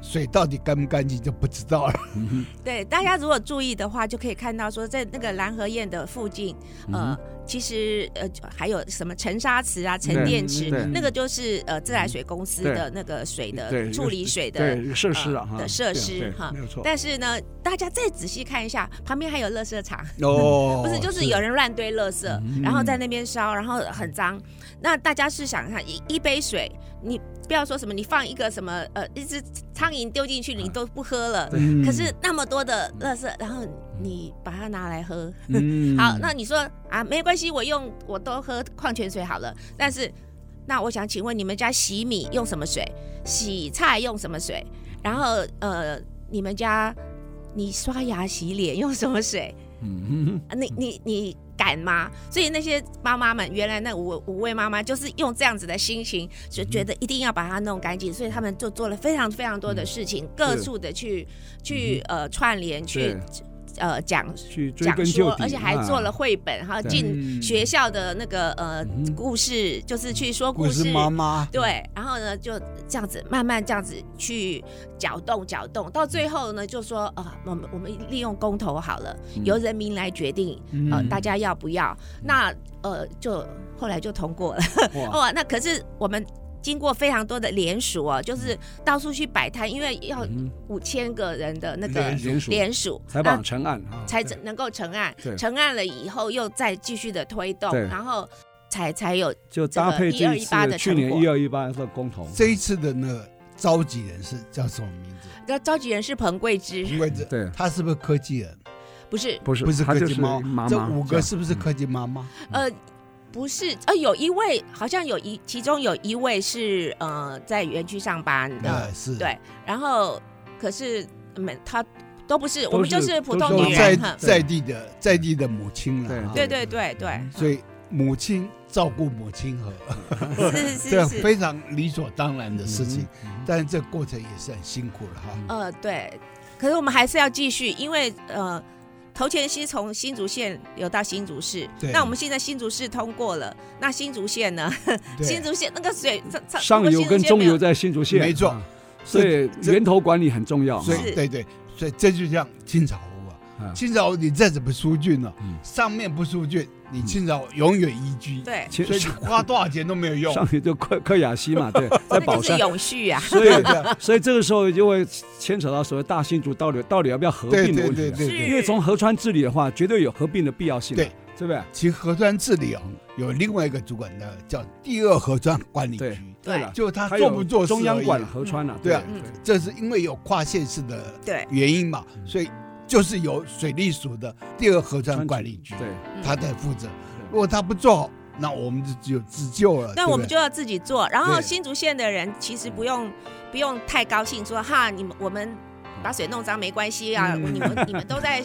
Speaker 2: 水到底干不干净就不知道了。
Speaker 1: 嗯
Speaker 3: 对，大家如果注意的话，就可以看到说，在那个蓝河堰的附近，
Speaker 1: 嗯
Speaker 3: 呃，其实呃就还有什么沉沙池啊、沉
Speaker 1: 对
Speaker 3: 淀池
Speaker 1: 对，嗯
Speaker 3: 那个就是呃自来水公司
Speaker 1: 对
Speaker 3: 的那个水的
Speaker 1: 对
Speaker 3: 处理水的。
Speaker 1: 对设施啊
Speaker 3: 呃
Speaker 1: 哈
Speaker 3: 的设
Speaker 1: 对
Speaker 3: 施
Speaker 1: 对
Speaker 3: 哈
Speaker 1: 没有错。
Speaker 3: 但是呢，大家再仔细看一下，旁边还有垃圾场，
Speaker 2: 哦
Speaker 3: 不是就是有人乱堆垃圾，然后在那边烧，然后很脏。那大家是想看一一杯水，你不要说什么，你放一个什么呃一只苍蝇丢进去，你都不喝了。
Speaker 1: 嗯
Speaker 3: 可是那么多的垃圾，然后你把它拿来喝，
Speaker 1: 嗯
Speaker 3: 好，那你说啊，没关系，我用我都喝矿泉水好了。但是，那我想请问你们家洗米用什么水？洗菜用什么水？然后呃，你们家你刷牙洗脸用什么水？
Speaker 1: 嗯
Speaker 3: 啊你你你敢吗？所以那些妈妈们，原来那五五位妈妈就是用这样子的心情，就觉得一定要把它弄干净，所以他们就做了非常非常多的事
Speaker 1: 嗯
Speaker 3: 情，各处的去去呃串联去
Speaker 1: 对。
Speaker 3: 呃，讲
Speaker 1: 去追
Speaker 3: 讲
Speaker 1: 根究
Speaker 3: 说，
Speaker 1: 底，
Speaker 3: 而且还
Speaker 1: 啊
Speaker 3: 做了绘本，还有
Speaker 1: 对
Speaker 3: 进学校的那个呃
Speaker 1: 嗯哼
Speaker 3: 故事，就是去说故
Speaker 2: 我
Speaker 3: 事
Speaker 2: 是。妈妈，
Speaker 3: 对，然后呢，就这样子慢慢这样子去搅动搅动，到最后呢，就说啊、我们我们利用公投好了，
Speaker 1: 嗯
Speaker 3: 由人民来决定，呃，大家要不要？那呃，就后来就通过了。
Speaker 1: 哇
Speaker 3: 哦，那可是我们经过非常多的联署哦，就是到处去摆摊，因为要
Speaker 1: 嗯
Speaker 3: 五千个人的那个
Speaker 1: 联联署
Speaker 3: 联署，
Speaker 1: 才
Speaker 3: 那
Speaker 1: 把成案啊，
Speaker 3: 才
Speaker 1: 对
Speaker 3: 能够成案
Speaker 1: 对。
Speaker 3: 成案了以后，又再继续的推动
Speaker 1: 对，
Speaker 3: 然后才才有
Speaker 1: 就搭配
Speaker 3: 这
Speaker 1: 这
Speaker 3: 个
Speaker 1: 一
Speaker 3: 1218
Speaker 1: 次
Speaker 3: 的
Speaker 1: 去年
Speaker 3: 成果
Speaker 1: 一二一八的公投，
Speaker 2: 这一次的那个召集人是叫什么名字？
Speaker 3: 那召集人是彭桂芝，
Speaker 2: 因为这
Speaker 1: 对
Speaker 2: 他是不是科技人？
Speaker 3: 不是？
Speaker 1: 不是
Speaker 2: 不是
Speaker 1: 他
Speaker 2: 科
Speaker 1: 就
Speaker 2: 技
Speaker 1: 是
Speaker 2: 猫，
Speaker 1: 妈嗯
Speaker 2: 这
Speaker 1: 妈
Speaker 2: 五
Speaker 1: 这
Speaker 2: 个
Speaker 1: 样
Speaker 2: 是不是科技妈妈？
Speaker 3: 呃，不是，呃，有一位好像有一，其中有一位是呃在园区上班的，
Speaker 2: 呃，是。
Speaker 3: 对，然后可是没他都不是，
Speaker 1: 是
Speaker 3: 我们就是普通
Speaker 1: 都
Speaker 2: 都
Speaker 3: 女
Speaker 2: 在
Speaker 3: 人，哈，
Speaker 2: 在地的在地的母亲了啊，
Speaker 3: 对嗯对对对，
Speaker 1: 嗯
Speaker 2: 所以母亲照顾母亲和
Speaker 3: 是
Speaker 2: 这
Speaker 3: 是是，
Speaker 2: 啊非常理所当然的事
Speaker 1: 嗯
Speaker 2: 情，但是这过程也是很辛苦了哈。
Speaker 3: 呃，对，可是我们还是要继续，因为呃，头前溪从新竹县流到新竹市
Speaker 2: 对，
Speaker 3: 那我们现在新竹市通过了，那新竹县呢？
Speaker 2: 对
Speaker 3: 新竹县那个水上上
Speaker 1: 上游跟中游，在新竹县，
Speaker 2: 没错
Speaker 1: 啊，所以
Speaker 2: 这
Speaker 1: 源头管理很重要啊。
Speaker 2: 所
Speaker 3: 是
Speaker 2: 以对对，所以这就像清朝屋啊，
Speaker 1: 嗯
Speaker 2: 清朝屋你再怎么疏浚呢
Speaker 1: 嗯，
Speaker 2: 上面不疏浚，你清朝永远宜居，
Speaker 3: 那个
Speaker 1: 其
Speaker 2: 所以你
Speaker 1: 实
Speaker 2: 花多少钱都没有用。
Speaker 1: 上游就克克雅西嘛， 对，在
Speaker 3: 对，那
Speaker 1: 宝
Speaker 3: 就是
Speaker 1: 山，
Speaker 3: 永续啊，
Speaker 1: 所以
Speaker 2: 对对
Speaker 1: 所以这个时候就会牵扯到所谓大新竹到底到底要不要合并的问
Speaker 2: 对对
Speaker 1: 题啊。
Speaker 2: 对对，
Speaker 1: 因为从河川治理的话，绝对有合并的必要性啊，
Speaker 2: 对
Speaker 1: 对不对？
Speaker 2: 其实河川治理哦，有另外一个主管的叫第二河川管理
Speaker 1: 对
Speaker 2: 局，
Speaker 3: 对
Speaker 1: 了，
Speaker 2: 就他
Speaker 1: 还
Speaker 2: 做
Speaker 1: 有
Speaker 2: 不做事
Speaker 1: 中央
Speaker 2: 而已
Speaker 1: 管河川啊？
Speaker 2: 对啊
Speaker 3: 嗯
Speaker 2: 这是因为有跨县市的
Speaker 3: 对，
Speaker 2: 原因嘛，
Speaker 1: 嗯
Speaker 2: 所以就是由水利署的第二河川管理局，
Speaker 1: 对，
Speaker 3: 嗯
Speaker 2: 他在负责。如果他不做好，那我们就只有自救了。
Speaker 3: 那
Speaker 2: 对不
Speaker 3: 我们
Speaker 2: 对
Speaker 3: 就要自己做。然后
Speaker 2: 对
Speaker 3: 新竹县的人其实不用不用太高兴说，哈，你们我们。把水弄脏没关系啊，
Speaker 2: 嗯
Speaker 3: 你们你们都在，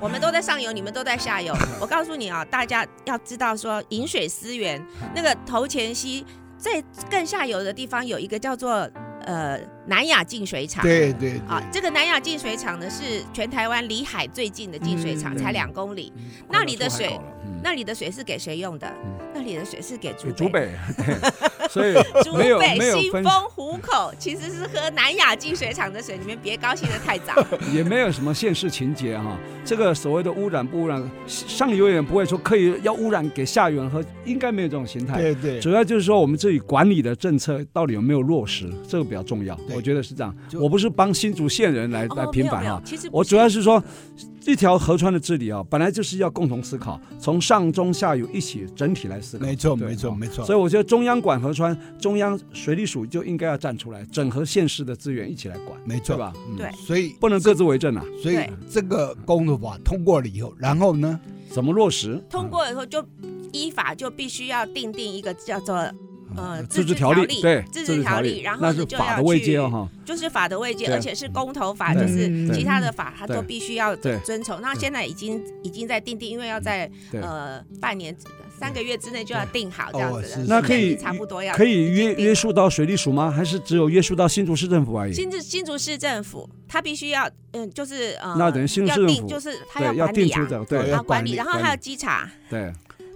Speaker 3: 我们都在上游，你们都在 下游。我告诉你啊，大家要知道说饮水思源，那个头前溪在更下游的地方有一个叫做呃南雅净水厂。
Speaker 2: 对对
Speaker 1: 嗯
Speaker 3: 啊，这个南雅净水厂呢是全台湾离海最近的净水厂，
Speaker 1: 嗯
Speaker 3: 才
Speaker 1: 对
Speaker 3: 两公里。
Speaker 1: 嗯
Speaker 3: 那里的水
Speaker 1: 快要出海口了嗯
Speaker 3: 那里的水是给谁用的
Speaker 1: 嗯？
Speaker 3: 那里的水是给
Speaker 1: 给
Speaker 3: 竹
Speaker 1: 竹
Speaker 3: 北。
Speaker 1: 北， 对，所以
Speaker 3: 竹
Speaker 1: 没有
Speaker 3: 北、
Speaker 1: 没有
Speaker 3: 新
Speaker 1: 分，
Speaker 3: 丰、湖口其实是喝南雅净水厂的水，你们别高兴的 太早。哦
Speaker 1: 也没有什么现实情节哈、这个所谓的污染不污染，上游也不会说刻意要污染给下游人喝，应该没有这种形态。
Speaker 2: 对对，
Speaker 1: 主要就是说我们自己管理的政策到底有没有落实，这个比较重要。
Speaker 2: 嗯对
Speaker 1: 我觉得是这样。
Speaker 2: 就
Speaker 1: 我不是帮新竹县人来、来
Speaker 3: 哦，没
Speaker 1: 平
Speaker 3: 有
Speaker 1: 反
Speaker 3: 没
Speaker 1: 哈、
Speaker 3: 有，其实不
Speaker 1: 我
Speaker 3: 是
Speaker 1: 主要是说，这条河川的治理啊，本来就是要共同思考，从上中下游一起整体来思考。
Speaker 2: 没错
Speaker 1: 对
Speaker 2: 没错
Speaker 1: 哦
Speaker 2: 没错，
Speaker 1: 所以我觉得中央管河川，中央水利署就应该要站出来，整合县市的资源一起来管，
Speaker 2: 没
Speaker 1: 对
Speaker 2: 错，
Speaker 1: 吧？嗯
Speaker 3: 对
Speaker 2: 所以
Speaker 1: 不能各自为政啊，
Speaker 2: 所以
Speaker 3: 对
Speaker 2: 这个公投法通过了以后，然后呢，
Speaker 1: 怎么落实？
Speaker 3: 通过以后就依法就必须要订定一个叫做呃
Speaker 1: 自治条
Speaker 3: 条
Speaker 1: 例，对，
Speaker 3: 自
Speaker 1: 治
Speaker 3: 治条
Speaker 1: 例，
Speaker 3: 然后
Speaker 1: 那
Speaker 3: 你
Speaker 1: 是
Speaker 3: 就
Speaker 1: 法
Speaker 3: 要
Speaker 1: 的慰藉
Speaker 3: 去
Speaker 1: 哦，哈，
Speaker 3: 就是法的慰藉，
Speaker 1: 对
Speaker 3: 而且是公投法，
Speaker 1: 对
Speaker 3: 就是
Speaker 2: 嗯
Speaker 3: 其他的法它
Speaker 1: 对
Speaker 3: 都必须要
Speaker 1: 对
Speaker 3: 遵从。那
Speaker 1: 对
Speaker 3: 现在已经已经在定定，因为要在
Speaker 1: 对
Speaker 3: 呃半年三个月之内就要定好这样
Speaker 2: 哦
Speaker 3: 子
Speaker 2: 是
Speaker 3: 的，
Speaker 1: 那可以
Speaker 3: 差不多要
Speaker 1: 可以约
Speaker 3: 定
Speaker 1: 约束到水利署吗？还是只有约束到新竹市政府而已？
Speaker 3: 新竹新竹市政府，它必须要嗯，就是呃，
Speaker 1: 那等于新竹市
Speaker 3: 要
Speaker 1: 政
Speaker 3: 定
Speaker 1: 府
Speaker 3: 就是它
Speaker 1: 对，要
Speaker 3: 管
Speaker 1: 定
Speaker 3: 理
Speaker 1: 出
Speaker 3: 啊
Speaker 1: 这，个，
Speaker 2: 对
Speaker 1: 对
Speaker 3: 要
Speaker 2: 要
Speaker 3: 管
Speaker 2: 管
Speaker 3: 理，
Speaker 2: 理
Speaker 3: 然后还有稽查，
Speaker 1: 对。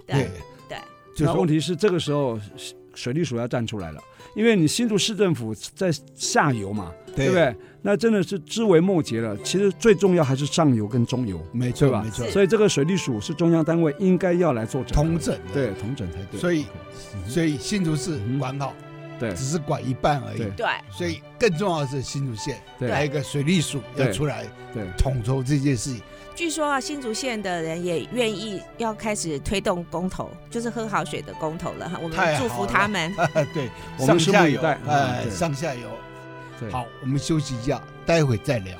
Speaker 2: 对
Speaker 3: 对，对，
Speaker 2: 就
Speaker 1: 那
Speaker 2: 说
Speaker 1: 问题是，这个时候水水利署要站出来了，因为你新竹市政府在下游嘛，对不对？那真的是枝微末节了。其实最重要还是上游跟中游，
Speaker 2: 没
Speaker 1: 对
Speaker 2: 错
Speaker 1: 吧
Speaker 2: 没？错，
Speaker 1: 所以这个水利署是中央单位，应该要来做整合
Speaker 2: 同整的，
Speaker 1: 对同整才对。
Speaker 2: 所以所以新竹市
Speaker 1: 嗯
Speaker 2: 管好，
Speaker 1: 对
Speaker 2: 只是管一半而已
Speaker 1: 对。
Speaker 3: 对
Speaker 2: 所以更重要的是新竹县，
Speaker 1: 对
Speaker 2: 还有一个水利署要
Speaker 1: 对
Speaker 2: 出来
Speaker 1: 对
Speaker 2: 统筹这件事情。
Speaker 3: 据说啊，新竹县的人也愿意要开始推动公投，就是喝好水的公投了哈。我
Speaker 2: 太
Speaker 3: 们
Speaker 2: 好
Speaker 3: 祝福他们。
Speaker 2: 对，
Speaker 1: 我们
Speaker 2: 上
Speaker 1: 拭
Speaker 2: 下
Speaker 1: 目以
Speaker 2: 游，
Speaker 1: 待
Speaker 2: 哎，
Speaker 1: 嗯对
Speaker 2: 上下游。
Speaker 1: 对
Speaker 2: 好，我们休息一下，待会再聊。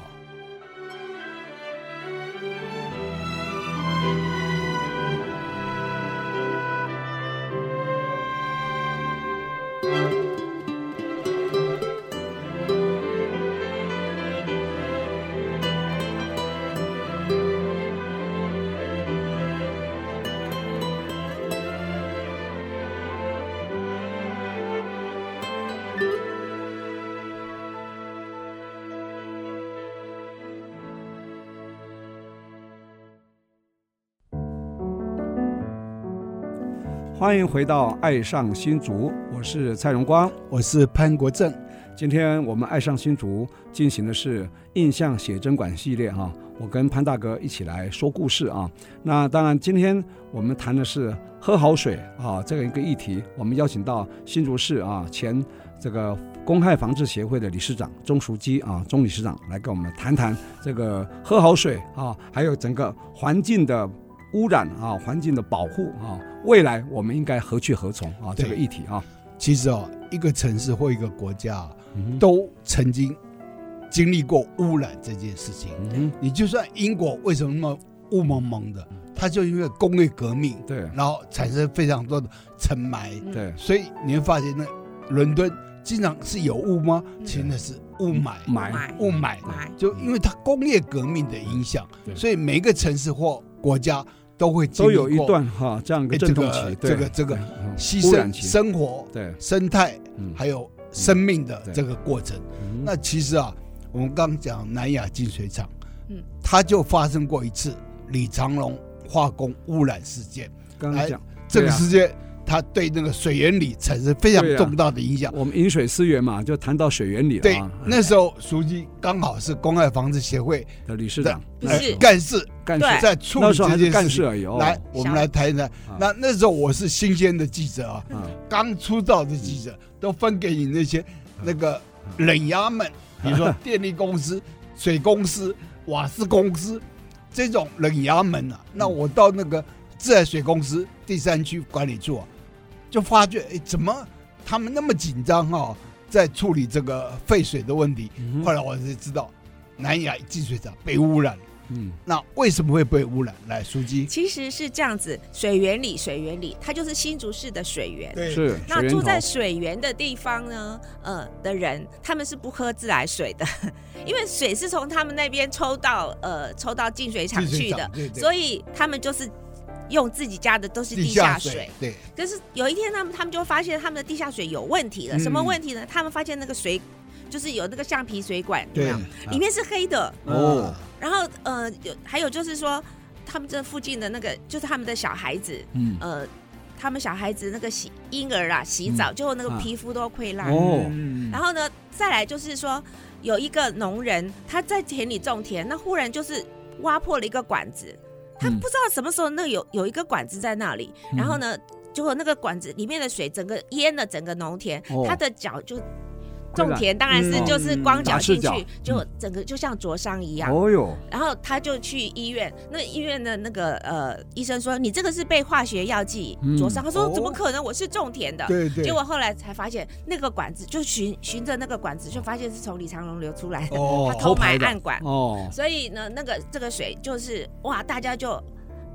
Speaker 1: 欢迎回到《爱上新竹》，我是蔡荣光。
Speaker 2: 我是潘国正，
Speaker 1: 今天我们爱上新竹进行的是印象写真馆系列哈、我跟潘大哥一起来说故事啊。那当然，今天我们谈的是喝好水啊这个一个议题，我们邀请到新竹市啊前这个公害防治协会的理事长钟淑基啊钟理事长来跟我们谈谈这个喝好水啊，还有整个环境的。污染啊，环境的保护啊，未来我们应该何去何从啊？这
Speaker 2: 对
Speaker 1: 个议题啊，
Speaker 2: 其实哦，一个城市或一个国家啊
Speaker 1: 嗯哼
Speaker 2: 都曾经经历过污染这件事情。
Speaker 1: 嗯哼
Speaker 2: 你就算英国为什么那么雾蒙蒙的，
Speaker 1: 嗯
Speaker 2: 它就因为工业革命，
Speaker 1: 对
Speaker 2: 然后产生非常多的尘霾，
Speaker 3: 嗯
Speaker 1: 对，
Speaker 2: 所以你会发现那伦敦经常是有雾吗？
Speaker 3: 嗯
Speaker 2: 其实那是雾霾，
Speaker 1: 霾
Speaker 3: 买
Speaker 2: 雾霾
Speaker 3: 买，
Speaker 2: 就因为它工业革命的影响
Speaker 1: 嗯对，
Speaker 2: 所以每一个城市或国家都会经
Speaker 1: 都
Speaker 2: 历
Speaker 1: 有一
Speaker 2: 过
Speaker 1: 段哈这样一个
Speaker 2: 哎
Speaker 1: 阵
Speaker 2: 这
Speaker 1: 痛
Speaker 2: 个
Speaker 1: 期，
Speaker 2: 这
Speaker 1: 对
Speaker 2: 个这个
Speaker 1: 对嗯
Speaker 2: 牺
Speaker 1: 污染
Speaker 2: 牲
Speaker 1: 期，
Speaker 2: 生活、
Speaker 1: 对，
Speaker 2: 生态
Speaker 1: 嗯，
Speaker 2: 还有生命的
Speaker 1: 对
Speaker 2: 这个过程。
Speaker 1: 嗯
Speaker 2: 那其实啊，我们刚讲南亚净水厂，
Speaker 3: 嗯，
Speaker 2: 它就发生过一次李长龙化工污染事件，
Speaker 1: 刚刚
Speaker 2: 哎
Speaker 1: 讲
Speaker 2: 这个
Speaker 1: 对啊
Speaker 2: 事件它对那个水源里产生非常
Speaker 1: 对啊
Speaker 2: 重大的影响。
Speaker 1: 我们饮水思源嘛，就谈到水源里
Speaker 2: 对
Speaker 1: 了啊，，
Speaker 2: 那时候书记刚好是公害防治协会
Speaker 1: 的
Speaker 2: 呃
Speaker 1: 理事长
Speaker 3: 不
Speaker 1: 那
Speaker 3: 是
Speaker 1: 时候
Speaker 2: 干事，
Speaker 1: 干
Speaker 3: 对
Speaker 1: 事，
Speaker 2: 在处
Speaker 1: 那
Speaker 2: 理
Speaker 1: 时候
Speaker 2: 这
Speaker 1: 还是
Speaker 2: 件事
Speaker 1: 干事
Speaker 2: 情。
Speaker 1: 而已哦。
Speaker 2: 来，我们来谈一谈
Speaker 1: 啊。
Speaker 2: 那那时候我是新鲜的记者啊，
Speaker 1: 啊，
Speaker 2: 刚出道的记者
Speaker 1: 嗯
Speaker 2: 都分给你那些那个冷衙门，
Speaker 1: 嗯
Speaker 2: 比如说电力公司、水公司、瓦斯公司这种冷衙门
Speaker 1: 嗯
Speaker 2: 啊。那我到那个自来水公司第三区管理处啊，就发觉哎，怎么他们那么紧张啊，在处理这个废水的问题？
Speaker 1: 嗯
Speaker 2: 后来我才知道，南亚净水厂被污染了。
Speaker 1: 嗯，
Speaker 2: 那为什么会被污染？来，书记，
Speaker 3: 其实是这样子，水源里水源里，它就是新竹市的水源。
Speaker 2: 对
Speaker 1: 是
Speaker 3: 那
Speaker 1: 水源
Speaker 3: 住
Speaker 1: 头
Speaker 3: 在水源的地方呢，呃的人，他们是不喝自来水的， 因为水是从他们那边抽到呃抽到净水厂
Speaker 2: 净水
Speaker 3: 去的
Speaker 2: 厂，对对
Speaker 3: 所以他们就是用自己家的都是
Speaker 2: 地
Speaker 3: 地
Speaker 2: 下
Speaker 3: 下
Speaker 2: 水
Speaker 3: 水。，
Speaker 2: 对
Speaker 3: 可是有一天，他们他们就发现他们的地下水有问题了。
Speaker 2: 嗯
Speaker 3: 什么问题呢？他们发现那个水就是有那个橡皮水管，有没
Speaker 2: 对啊
Speaker 3: 有，里面是黑的。
Speaker 1: 哦，
Speaker 3: 然后呃，有还有就是说，他们这附近的那个就是他们的小孩子，
Speaker 1: 嗯，
Speaker 3: 呃，他们小孩子那个洗婴儿啊洗澡，最后那个
Speaker 1: 啊
Speaker 3: 皮肤都溃烂。
Speaker 1: 哦
Speaker 2: 嗯
Speaker 3: 然后呢，再来就是说，有一个农人他在田里种田，那忽然就是挖破了一个管子，他
Speaker 1: 嗯
Speaker 3: 不知道什么时候那有有一个管子在那里，然后呢，结果那个管子里面的水整个淹了整个农田，
Speaker 1: 哦
Speaker 3: 他的脚就
Speaker 1: 对
Speaker 3: 种
Speaker 1: 了
Speaker 3: 田当然是
Speaker 1: 嗯
Speaker 3: 就是光脚
Speaker 1: 打赤
Speaker 3: 进去
Speaker 1: 脚，嗯
Speaker 3: 就整个就像灼伤一样。
Speaker 1: 哦哟，
Speaker 3: 然后他就去医院，那医院的那个呃医生说你这个是被化学药剂灼伤，他说
Speaker 2: 哦
Speaker 3: 怎么可能？我是种田的，
Speaker 2: 对对，
Speaker 3: 结果后来才发现，那个管子就循循着那个管子，就发现是从李长龙流出来的，
Speaker 2: 哦
Speaker 3: 他偷买暗管，
Speaker 1: 哦，
Speaker 3: 所以呢，那个这个水就是哇，大家就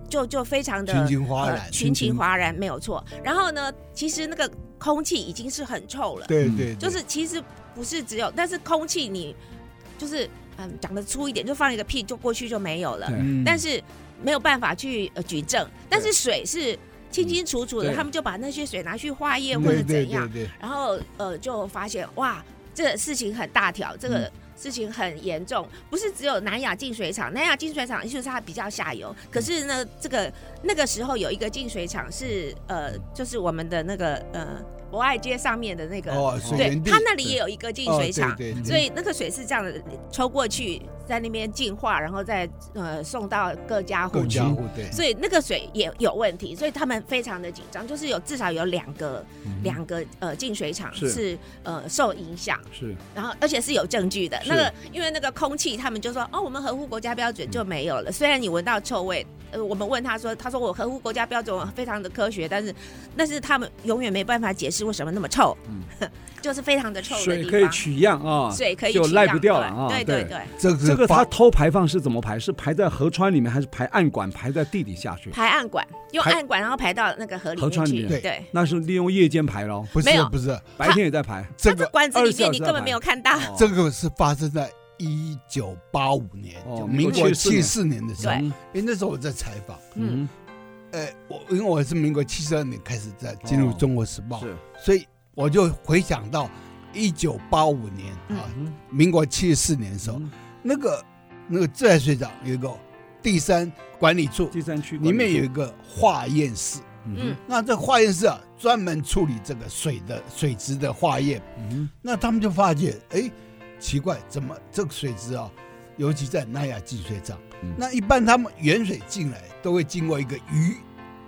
Speaker 3: 就就非常的
Speaker 2: 群情哗然
Speaker 3: 呃群情哗然，没有错。然后呢，其实那个空气已经是很臭了，
Speaker 2: 对
Speaker 1: 嗯
Speaker 2: 对，对
Speaker 3: 就是其实不是只有，但是空气你就是嗯讲的粗一点，就放一个屁就过去就没有了，
Speaker 1: 对
Speaker 2: 嗯
Speaker 3: 但是没有办法去呃举证，但是水是。清清楚楚的，
Speaker 1: 对
Speaker 3: 他们就把那些水拿去化验或者
Speaker 2: 嗯对对对
Speaker 3: 怎样，
Speaker 2: 对，
Speaker 3: 然后呃就发现哇，这事情很大条，这
Speaker 2: 嗯
Speaker 3: 个事情很严重，不是只有南亚净水厂，南亚净水厂就是它比较下游，
Speaker 2: 嗯
Speaker 3: 可是呢，这个那个时候有一个净水厂是呃，就是我们的那个呃博爱街上面的那个，
Speaker 2: 哦，水
Speaker 3: 对
Speaker 2: 源，地
Speaker 3: 它那里也有一个净水厂。
Speaker 2: 哦对对对
Speaker 3: 所以那个水是这样的，抽过去，在那边净化，然后再呃送到各家户
Speaker 2: 各
Speaker 3: 去
Speaker 2: 家。户对，
Speaker 3: 所以那个水也有问题，所以他们非常的紧张，就是有至少有两个
Speaker 2: 嗯
Speaker 3: 两个呃净水厂
Speaker 1: 是
Speaker 3: 是呃受影响，
Speaker 1: 是
Speaker 3: 然后而且是有证据的。
Speaker 1: 是
Speaker 3: 那个因为那个空气，他们就说哦，我们合乎国家标准就没有了。虽然你闻到臭味，呃，我们问他说，他说我合乎国家标准，我非常的科学，但是但是他们永远没办法解释为什么那么臭， 就是非常的臭
Speaker 1: 嗯
Speaker 3: 的
Speaker 1: 水可
Speaker 3: 地
Speaker 1: 以
Speaker 3: 方。
Speaker 1: 取样啊，
Speaker 3: 水可以
Speaker 1: 就
Speaker 3: 取
Speaker 1: 赖
Speaker 3: 样
Speaker 1: 不掉
Speaker 3: 对
Speaker 1: 了啊
Speaker 3: 对
Speaker 1: 对
Speaker 3: 对对，
Speaker 2: 这个
Speaker 1: 这个
Speaker 2: 发
Speaker 1: 它偷排放是怎么排？是排在河川里面，还是排暗管排在地底下去？
Speaker 3: 排暗管用
Speaker 1: 排
Speaker 3: 暗管，然后排到那个河里
Speaker 1: 河川
Speaker 3: 面
Speaker 1: 里
Speaker 3: 去，
Speaker 1: 面
Speaker 3: 对。
Speaker 1: 那是利用夜间排喽，
Speaker 2: 不是
Speaker 3: 没有
Speaker 2: 不是
Speaker 1: 白天也在排。
Speaker 2: 这
Speaker 3: 它
Speaker 2: 个
Speaker 3: 管子里
Speaker 1: 24
Speaker 3: 面你根本没有看到，
Speaker 1: 哦
Speaker 2: 这个是发生在一九八五年，
Speaker 1: 哦
Speaker 2: 就
Speaker 1: 民
Speaker 2: 民
Speaker 1: 国
Speaker 2: 国
Speaker 1: 74
Speaker 2: 七四年的时候，
Speaker 3: 对
Speaker 1: 嗯
Speaker 2: 因为那时候我在采访，
Speaker 3: 嗯，
Speaker 1: 嗯，
Speaker 2: 呃，我因为我是民国七十二年开始在进入
Speaker 1: 哦
Speaker 2: 《中国时报》
Speaker 1: 是
Speaker 2: 所以我就回想到一九八五年啊，
Speaker 1: 嗯
Speaker 2: 民国七十四年的时候，
Speaker 1: 嗯
Speaker 2: 那个那个自来水厂有一个第三管理处，
Speaker 1: 第三区
Speaker 2: 里面有一个化验室。
Speaker 1: 嗯
Speaker 3: 嗯
Speaker 2: 那这化验室啊，专门处理这个水的水质的化验。
Speaker 1: 嗯
Speaker 2: 那他们就发觉，哎，奇怪，怎么这个水质啊，尤其在南亚净水厂，
Speaker 1: 嗯
Speaker 2: 那一般他们原水进来都会经过一个鱼，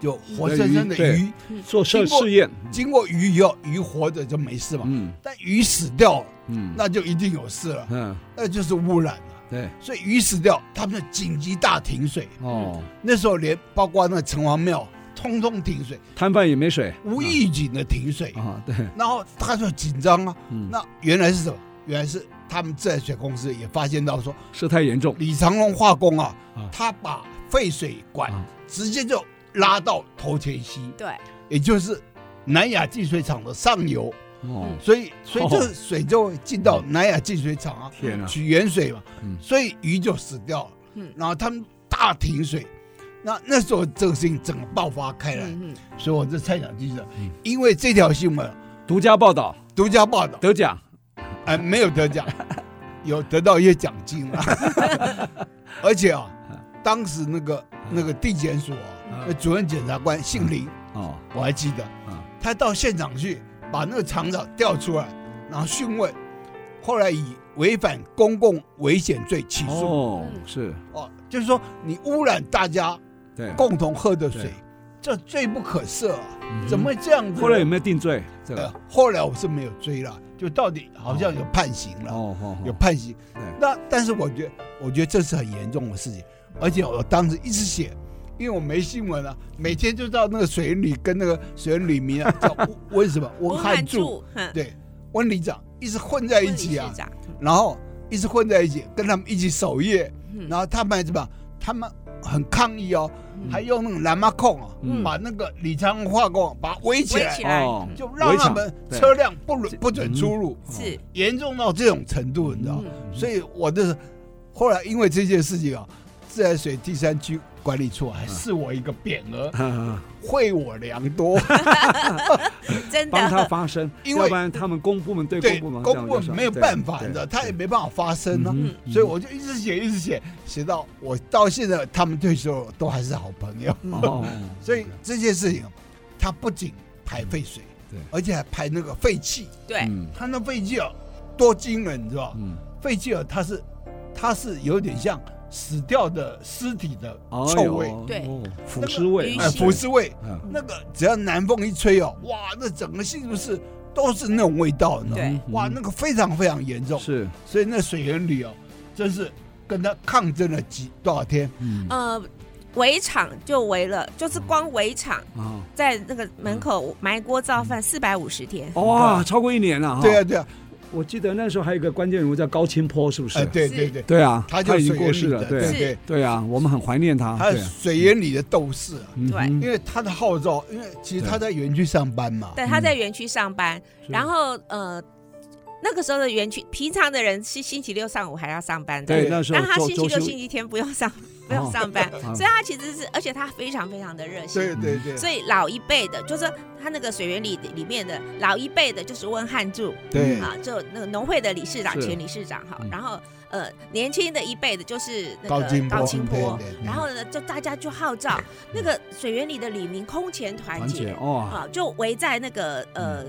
Speaker 2: 就活生生的
Speaker 1: 对鱼
Speaker 2: 鱼，
Speaker 1: 做
Speaker 2: 经
Speaker 1: 试
Speaker 2: 过
Speaker 1: 试验，
Speaker 2: 经过鱼以后，鱼活着就没事嘛。
Speaker 1: 嗯
Speaker 2: 但鱼死掉了，
Speaker 1: 嗯
Speaker 2: 那就一定有事了，
Speaker 1: 嗯
Speaker 2: 那就是污染了。
Speaker 1: 对
Speaker 2: 所以鱼死掉，他们就紧急大停水。
Speaker 1: 哦，
Speaker 2: 那时候连包括那城隍庙，通通停水，
Speaker 1: 摊贩也没水，
Speaker 2: 无预警的停水。
Speaker 1: 啊对，
Speaker 2: 然后他就紧张啊。
Speaker 1: 嗯
Speaker 2: 那原来是什么？原来是他们自来水公司也发现到说，
Speaker 1: 是太严重，
Speaker 2: 李长龙化工啊
Speaker 1: 啊，
Speaker 2: 他把废水管
Speaker 1: 啊
Speaker 2: 直接就拉到头前溪，
Speaker 3: 对，
Speaker 2: 也就是南亚净水厂的上游。
Speaker 1: 哦
Speaker 2: 所以所以这
Speaker 1: 哦嗯
Speaker 2: 个水就会进到南亚净水厂啊，
Speaker 1: 天啊
Speaker 2: 取原水嘛
Speaker 1: 嗯，
Speaker 2: 所以鱼就死掉了。
Speaker 3: 嗯
Speaker 2: 然后他们大停水，那那时候这个事情整个爆发开来，
Speaker 3: 嗯嗯，
Speaker 2: 所以我这蔡讲记者
Speaker 1: 嗯，
Speaker 2: 因为这条新闻
Speaker 1: 独家报道
Speaker 2: 独家报道，
Speaker 1: 得奖，
Speaker 2: 哎，没有 得奖，有得到一些奖金啊，而且啊，
Speaker 1: 嗯
Speaker 2: 当时那个那个地检署啊，那主任检察官姓林，
Speaker 1: 哦
Speaker 2: 我还记得
Speaker 1: 嗯，
Speaker 2: 他到现场去把那个厂长调出来，然后讯问，后来以违反公共危险罪起诉。
Speaker 1: 哦是
Speaker 2: 哦，就是说你污染大家
Speaker 1: 对，
Speaker 2: 共同喝的水
Speaker 1: 对，
Speaker 2: 这罪不可赦啊！
Speaker 1: 嗯
Speaker 2: 怎么会这样子？
Speaker 1: 后来有没有定罪？这个
Speaker 2: 呃，后来我是没有追了，就到底好像有判刑了。
Speaker 1: 哦哦
Speaker 2: 啊有判刑
Speaker 1: 对。
Speaker 2: 那但是我觉得，我觉得这是很严重的事情，而且我当时一直写，因为我没新闻啊，每天就到那个水里跟那个水里民啊，叫温 温什么温汉柱，，
Speaker 3: 嗯，
Speaker 2: 对，温里长一直混在一起啊，然后一直混在一起，跟他们一起守夜，
Speaker 3: 嗯
Speaker 2: 然后他们还怎么样？他们很抗议哦，还用那个蓝马控啊，
Speaker 1: 嗯
Speaker 2: 把那个李长龙化工把围起
Speaker 3: 围
Speaker 2: 来
Speaker 3: 起，来
Speaker 1: 哦，
Speaker 2: 就让他们
Speaker 1: 对
Speaker 2: 车辆不准不准
Speaker 1: 嗯
Speaker 2: 出入，
Speaker 3: 是，
Speaker 2: 严重到这种程度，你知道吗？
Speaker 3: 嗯
Speaker 2: 所以我的后来因为这件事情啊，自来水第三区管理处还
Speaker 1: 嗯
Speaker 2: 赐我一个匾额，惠我良多。
Speaker 3: 真
Speaker 1: 帮他
Speaker 3: 的，
Speaker 1: 发声，
Speaker 2: 因为
Speaker 1: 要不然他们公部门 对
Speaker 2: 对，
Speaker 1: 公部门
Speaker 2: 公部门没有办法的，他也没办法发声啊。
Speaker 1: 嗯
Speaker 2: 所以我就一直写，一直写，写到我到现在，他们对我都还是好朋友。
Speaker 1: 哦，
Speaker 2: 所以这件事情，他不仅排废水，
Speaker 1: 对
Speaker 2: 而且还排那个废气。
Speaker 3: 对，
Speaker 1: 嗯
Speaker 2: 他那废气啊，多惊人，你知道吧？
Speaker 1: 嗯，
Speaker 2: 废气啊，它是它是有点像死掉的尸体的
Speaker 1: 哦
Speaker 2: 臭味，
Speaker 3: 对，
Speaker 1: 腐尸味，
Speaker 3: 那
Speaker 2: 哎，
Speaker 3: 个
Speaker 2: 腐尸味。
Speaker 1: 嗯，
Speaker 2: 那个只要南风一吹哦，哇，那整个新竹市都是那种味道，你知道吗？
Speaker 3: 对
Speaker 2: 哇，那个非常非常严重，
Speaker 1: 是，
Speaker 2: 所以那水源里哦，真是跟他抗争了几多少天，
Speaker 1: 嗯
Speaker 3: 呃，围场就围了，就是光围场
Speaker 1: 啊，
Speaker 3: 在那个门
Speaker 1: 嗯
Speaker 3: 口埋锅造饭四百五十天，
Speaker 1: 哇，超过一年了哈。
Speaker 2: 对啊，，对啊，
Speaker 1: 我记得那时候还有一个关键人物叫高清坡，是不是
Speaker 2: 哎，？对
Speaker 3: 是
Speaker 2: 对对，
Speaker 1: 对啊，
Speaker 2: 他就是
Speaker 1: 已经
Speaker 2: 水
Speaker 1: 过
Speaker 2: 源
Speaker 1: 世
Speaker 2: 里
Speaker 1: 了，
Speaker 2: 的，
Speaker 1: 对
Speaker 3: 是
Speaker 2: 对，
Speaker 1: 对啊，我们很怀念他，
Speaker 2: 他
Speaker 1: 对
Speaker 2: 是
Speaker 1: 啊，
Speaker 2: 水源里的斗士啊，
Speaker 1: 嗯哼
Speaker 2: 因为他的号召，因为其实他在园区上班嘛，
Speaker 3: 对，他在园区上班，然后呃，那个时候的园区，平常的人是星期六上午还要上班的，
Speaker 1: 对那时候
Speaker 3: 但他
Speaker 1: 周
Speaker 3: 星期
Speaker 1: 周
Speaker 3: 六、
Speaker 1: 休
Speaker 3: 星期天不用上，不用上 班，
Speaker 1: 啊
Speaker 3: 所以他其实是，而且他非常非常的热心。
Speaker 2: 对对对
Speaker 3: 嗯所以老一辈的，就是他那个水源里里面的老一辈的，就是温汉柱
Speaker 2: 对
Speaker 3: 啊，就那个农会的理事长、
Speaker 1: 是
Speaker 3: 前理事长哈
Speaker 1: 嗯。
Speaker 3: 然后呃，年轻的一辈的，就是那
Speaker 2: 高
Speaker 3: 个
Speaker 2: 金波
Speaker 3: 高清波
Speaker 2: 对对对。
Speaker 3: 然后呢，就大家就号召那个水源里的李明空前团
Speaker 1: 团结
Speaker 3: 结
Speaker 1: 哦，
Speaker 3: 啊，就围在那个呃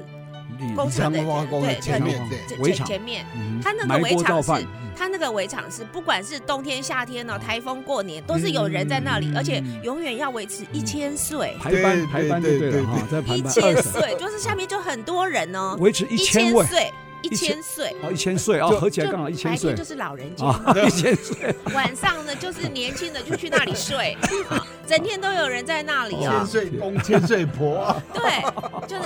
Speaker 1: 李
Speaker 3: 工厂
Speaker 2: 长
Speaker 3: 的
Speaker 2: 光花公的
Speaker 3: 对
Speaker 2: 前面
Speaker 1: 对
Speaker 2: 对
Speaker 3: 前
Speaker 1: 围场
Speaker 3: 前面，
Speaker 1: 嗯
Speaker 3: 他那个
Speaker 1: 埋
Speaker 3: 围
Speaker 1: 锅
Speaker 3: 场
Speaker 1: 造饭
Speaker 3: 是他那个围场是不管是冬天、夏天哦，台风、过年都是有人在那里
Speaker 1: 嗯，
Speaker 3: 而且永远要维持一千岁，
Speaker 1: 排班
Speaker 2: 对
Speaker 1: 排班就
Speaker 2: 对
Speaker 1: 对
Speaker 2: 对
Speaker 1: 了哈，在排
Speaker 3: 一
Speaker 1: 班
Speaker 3: 千
Speaker 1: 20
Speaker 3: 岁就是下面就很多人哦，
Speaker 1: 维持一
Speaker 3: 一
Speaker 1: 千位
Speaker 3: 岁，一
Speaker 1: 一千
Speaker 3: 千岁。
Speaker 1: 哦，一千岁哦，
Speaker 2: 就
Speaker 1: 合起来刚好一
Speaker 3: 就
Speaker 1: 千
Speaker 3: 白
Speaker 1: 岁
Speaker 3: 天就是老人家，
Speaker 1: 啊， 一千岁，
Speaker 3: 晚上呢就是年轻的就去那 里睡，啊，整天都有人在那里
Speaker 2: 千
Speaker 3: 哦。
Speaker 2: 岁公千岁婆 啊，
Speaker 3: 对，就是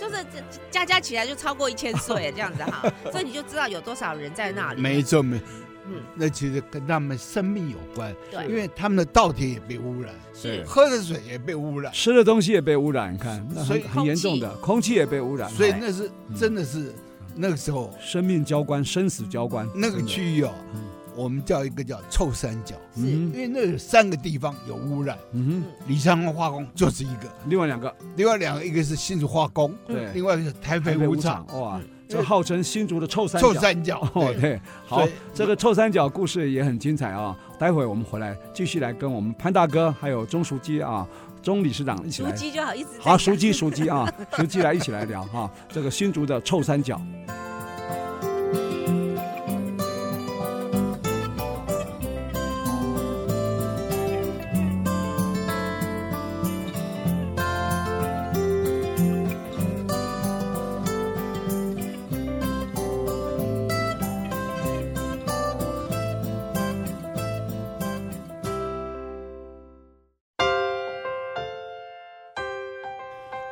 Speaker 3: 就是这加加起来就超过一千岁这样子 哈，所以你就知道有多少人在那里。
Speaker 2: 没错没错，
Speaker 3: 嗯，
Speaker 2: 那其实跟他们生命有关，因
Speaker 3: 对，
Speaker 2: 为他们的稻田也被污染，
Speaker 3: 是
Speaker 2: 喝的水也被污染，
Speaker 1: 吃的东西也被污染，看那
Speaker 2: 所
Speaker 1: 很
Speaker 2: 以
Speaker 1: 很严重的，空气也被污染，
Speaker 2: 所以
Speaker 1: 哈
Speaker 2: 那是真的是那个时候
Speaker 1: 生命交关，生死交关，
Speaker 2: 那个
Speaker 1: 真的
Speaker 2: 区域哦
Speaker 1: 嗯，
Speaker 2: 我们叫一个叫臭三角，
Speaker 3: 是
Speaker 1: 嗯
Speaker 2: 因为那有三个地方有污染，
Speaker 1: 嗯哼，
Speaker 2: 李昌龙化工就是一个，
Speaker 1: 另外两个
Speaker 2: 另外两个一个是新竹化工，
Speaker 1: 对
Speaker 2: 嗯另外一个是台北
Speaker 1: 台
Speaker 2: 五
Speaker 1: 五
Speaker 2: 厂
Speaker 1: 厂哇
Speaker 3: 嗯，
Speaker 1: 这号称新竹的臭三角
Speaker 2: 臭。三角。
Speaker 1: 哦，
Speaker 2: 对
Speaker 1: 对，好
Speaker 2: 所以，
Speaker 1: 这个臭三角故事也很精彩啊！待会我们回来继续来跟我们潘大哥还有钟淑基啊、钟理事长一起
Speaker 3: 熟
Speaker 1: 来，
Speaker 3: 记就好，一直在
Speaker 1: 好，
Speaker 3: 讲
Speaker 1: 熟基熟基啊， 熟基来一起来聊哈、这个新竹的臭三角。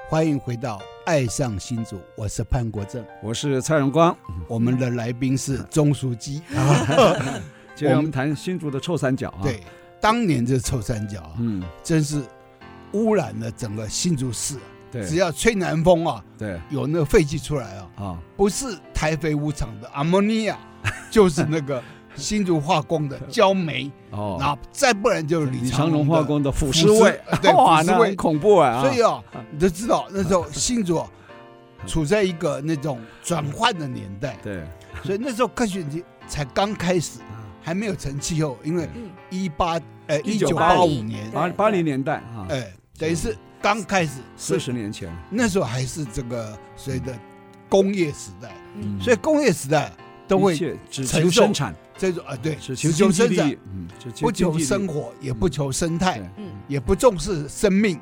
Speaker 2: 欢迎回到《爱上新竹》，我是潘国正，
Speaker 1: 我是蔡荣光，
Speaker 2: 我们的来宾是钟 书记。
Speaker 1: 今天我们谈新竹的臭三角啊。，
Speaker 2: 对，当年这臭三角啊，
Speaker 1: 嗯，
Speaker 2: 真是污染了整个新竹市。只
Speaker 1: 对
Speaker 2: 要吹南风啊，
Speaker 1: 对
Speaker 2: 有那个废气出来啊，
Speaker 1: 啊，
Speaker 2: 不是台肥五厂的阿莫尼亚， 就是那个新竹化工 的焦煤，
Speaker 1: 哦，
Speaker 2: 那再不然就是李
Speaker 1: 李
Speaker 2: 长
Speaker 1: 长
Speaker 2: 荣
Speaker 1: 荣
Speaker 2: 化
Speaker 1: 化
Speaker 2: 工。
Speaker 1: 工的腐
Speaker 2: 腐
Speaker 1: 尸
Speaker 2: 尸
Speaker 1: 味，
Speaker 2: 对
Speaker 1: 哇，
Speaker 2: 腐尸
Speaker 1: 那
Speaker 2: 味
Speaker 1: 很恐怖啊！
Speaker 2: 所以啊，你都知道那时候新竹啊处在一个那种转换的年 代，
Speaker 1: 对，
Speaker 2: 所以那时候科学研究才刚开始，还没有成气候，因为
Speaker 3: 嗯
Speaker 2: 一八呃一九八五
Speaker 1: 1985
Speaker 2: 年，
Speaker 3: 对
Speaker 1: 八八零年代啊，
Speaker 2: 哎，等于是刚开始，
Speaker 1: 四十年前，
Speaker 2: 那时候还是这个所谓的工业时代，
Speaker 3: 嗯
Speaker 2: 所以工业时代都会
Speaker 1: 一切只
Speaker 2: 承
Speaker 1: 求
Speaker 2: 受
Speaker 1: 生产，
Speaker 2: 这种啊，对，
Speaker 1: 只
Speaker 2: 只
Speaker 1: 求经
Speaker 2: 求
Speaker 1: 济
Speaker 2: 生
Speaker 1: 利益
Speaker 2: 产，，
Speaker 1: 嗯，只求
Speaker 2: 不求
Speaker 1: 经济嗯利
Speaker 2: 生
Speaker 1: 益
Speaker 2: 活，也不求生态
Speaker 1: 对，
Speaker 3: 嗯
Speaker 2: 也不重视 生命，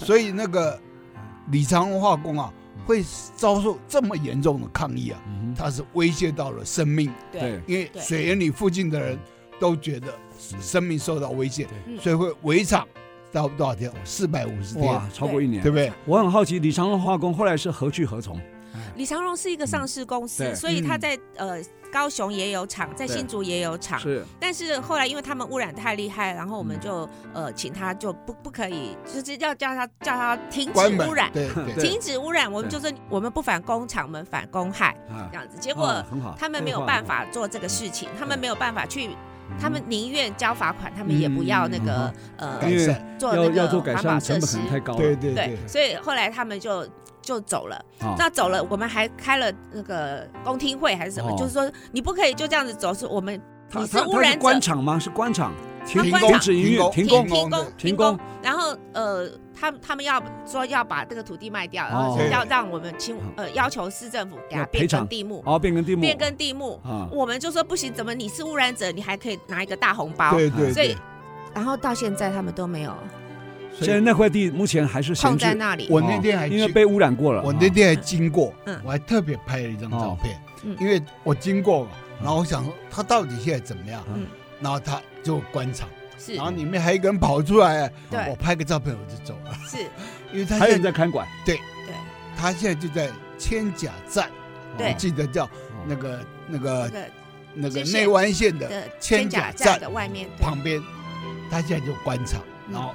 Speaker 2: 所以那个李长荣化工啊，会遭受这么严重的抗议啊，
Speaker 1: 嗯哼
Speaker 2: 它是威胁到了生命，
Speaker 3: 对，
Speaker 2: 因为
Speaker 3: 对
Speaker 2: 水源里附近的人都觉得生命受到威胁
Speaker 1: 对，
Speaker 3: 嗯
Speaker 2: 所以会围场到多少天？四百五十天
Speaker 1: 哇，，超过一年
Speaker 2: 对，不对？
Speaker 1: 我很好奇，李长荣化工后来是何去何从？
Speaker 3: 李长荣是一个上市公
Speaker 1: 嗯对
Speaker 3: 司，所以他在呃高雄也有厂，在
Speaker 1: 对
Speaker 3: 新竹也有厂，
Speaker 1: 是
Speaker 3: 但是后来因为他们污染太厉害，然后我们就
Speaker 1: 嗯
Speaker 3: 呃请他就不不可以，就是要叫他叫他停止
Speaker 2: 关门
Speaker 3: 污染，
Speaker 2: 对 对
Speaker 1: 对
Speaker 3: 停止污染，我们就说我们不反工厂，我们反公害
Speaker 1: 啊
Speaker 3: 这，样子，结
Speaker 1: 哦
Speaker 3: 果
Speaker 1: 很好，嗯
Speaker 3: 他们没有办法做这个事情，他们没有办法去他们宁愿交罚款，他们也不要那个
Speaker 1: 嗯
Speaker 2: 改
Speaker 3: 呃
Speaker 2: 善，
Speaker 3: 做
Speaker 1: 要
Speaker 3: 那
Speaker 1: 要做
Speaker 3: 个
Speaker 1: 改
Speaker 3: 环保
Speaker 1: 善，成
Speaker 3: 设
Speaker 1: 本
Speaker 3: 施
Speaker 1: 可。能太高了。
Speaker 2: 对对
Speaker 3: 对，所以后来他们就就走了。
Speaker 1: 啊
Speaker 3: 那走了，我们还开了那个公听会还是什么，
Speaker 1: 哦
Speaker 3: 就是说你不可以就这样子走，是我们
Speaker 1: 他
Speaker 3: 你
Speaker 1: 他
Speaker 3: 污
Speaker 1: 他
Speaker 3: 染
Speaker 1: 是官
Speaker 3: 者，
Speaker 1: 场吗？是官场，停
Speaker 3: 他
Speaker 2: 停
Speaker 3: 官
Speaker 2: 工
Speaker 1: 停
Speaker 3: 场
Speaker 1: 止营业，停
Speaker 2: 停
Speaker 3: 停
Speaker 1: 工。
Speaker 3: 停
Speaker 2: 工
Speaker 3: 工停
Speaker 1: 停工
Speaker 3: 工，然后呃，他们他们要说要把这个土地卖掉，然
Speaker 1: 哦
Speaker 3: 后
Speaker 2: 对
Speaker 3: 要让我们清
Speaker 2: 嗯
Speaker 3: 呃要求市政府给
Speaker 1: 要
Speaker 3: 他
Speaker 1: 赔
Speaker 3: 变
Speaker 1: 偿
Speaker 3: 更地目，
Speaker 1: 哦，变更地目。
Speaker 3: 变更地目，
Speaker 2: 哦
Speaker 1: 啊，
Speaker 3: 我们就说不行，怎么你是污染者，你还可以拿一个大红包？
Speaker 2: 对对
Speaker 3: 所以
Speaker 2: 对，
Speaker 3: 然后到现在他们都没有
Speaker 2: 所以
Speaker 1: 现在那块地目前还是闲
Speaker 3: 空
Speaker 1: 置
Speaker 3: 在，那里。
Speaker 2: 我那天还
Speaker 1: 哦因为
Speaker 2: 去
Speaker 1: 被污染过了。
Speaker 2: 我那
Speaker 1: 啊
Speaker 2: 天还经过
Speaker 3: 嗯，
Speaker 2: 我还特别拍了一张
Speaker 1: 哦
Speaker 2: 照片
Speaker 3: 嗯，
Speaker 2: 因为我经过了，
Speaker 1: 嗯
Speaker 2: 然后我想说他到底现在怎么样
Speaker 3: 嗯，
Speaker 2: 然后他就观察，
Speaker 3: 是
Speaker 1: 嗯
Speaker 2: 然后里面还有一个人跑出来，
Speaker 3: 对
Speaker 2: 我拍个照片我就走了，
Speaker 3: 是，
Speaker 2: 因为他
Speaker 1: 啊还有人
Speaker 2: 现在
Speaker 1: 在看管，
Speaker 3: 对
Speaker 2: 他现在就在千甲站，
Speaker 3: 对
Speaker 2: 我记得叫
Speaker 1: 哦
Speaker 2: 那个那
Speaker 3: 那
Speaker 2: 个
Speaker 3: 个
Speaker 2: 那个
Speaker 3: 就是
Speaker 2: 内湾线的
Speaker 3: 的
Speaker 2: 呃千
Speaker 3: 千
Speaker 2: 甲
Speaker 3: 甲
Speaker 2: 站
Speaker 3: 站的外面，对
Speaker 2: 旁边，他现在就观察，
Speaker 3: 嗯
Speaker 2: 然后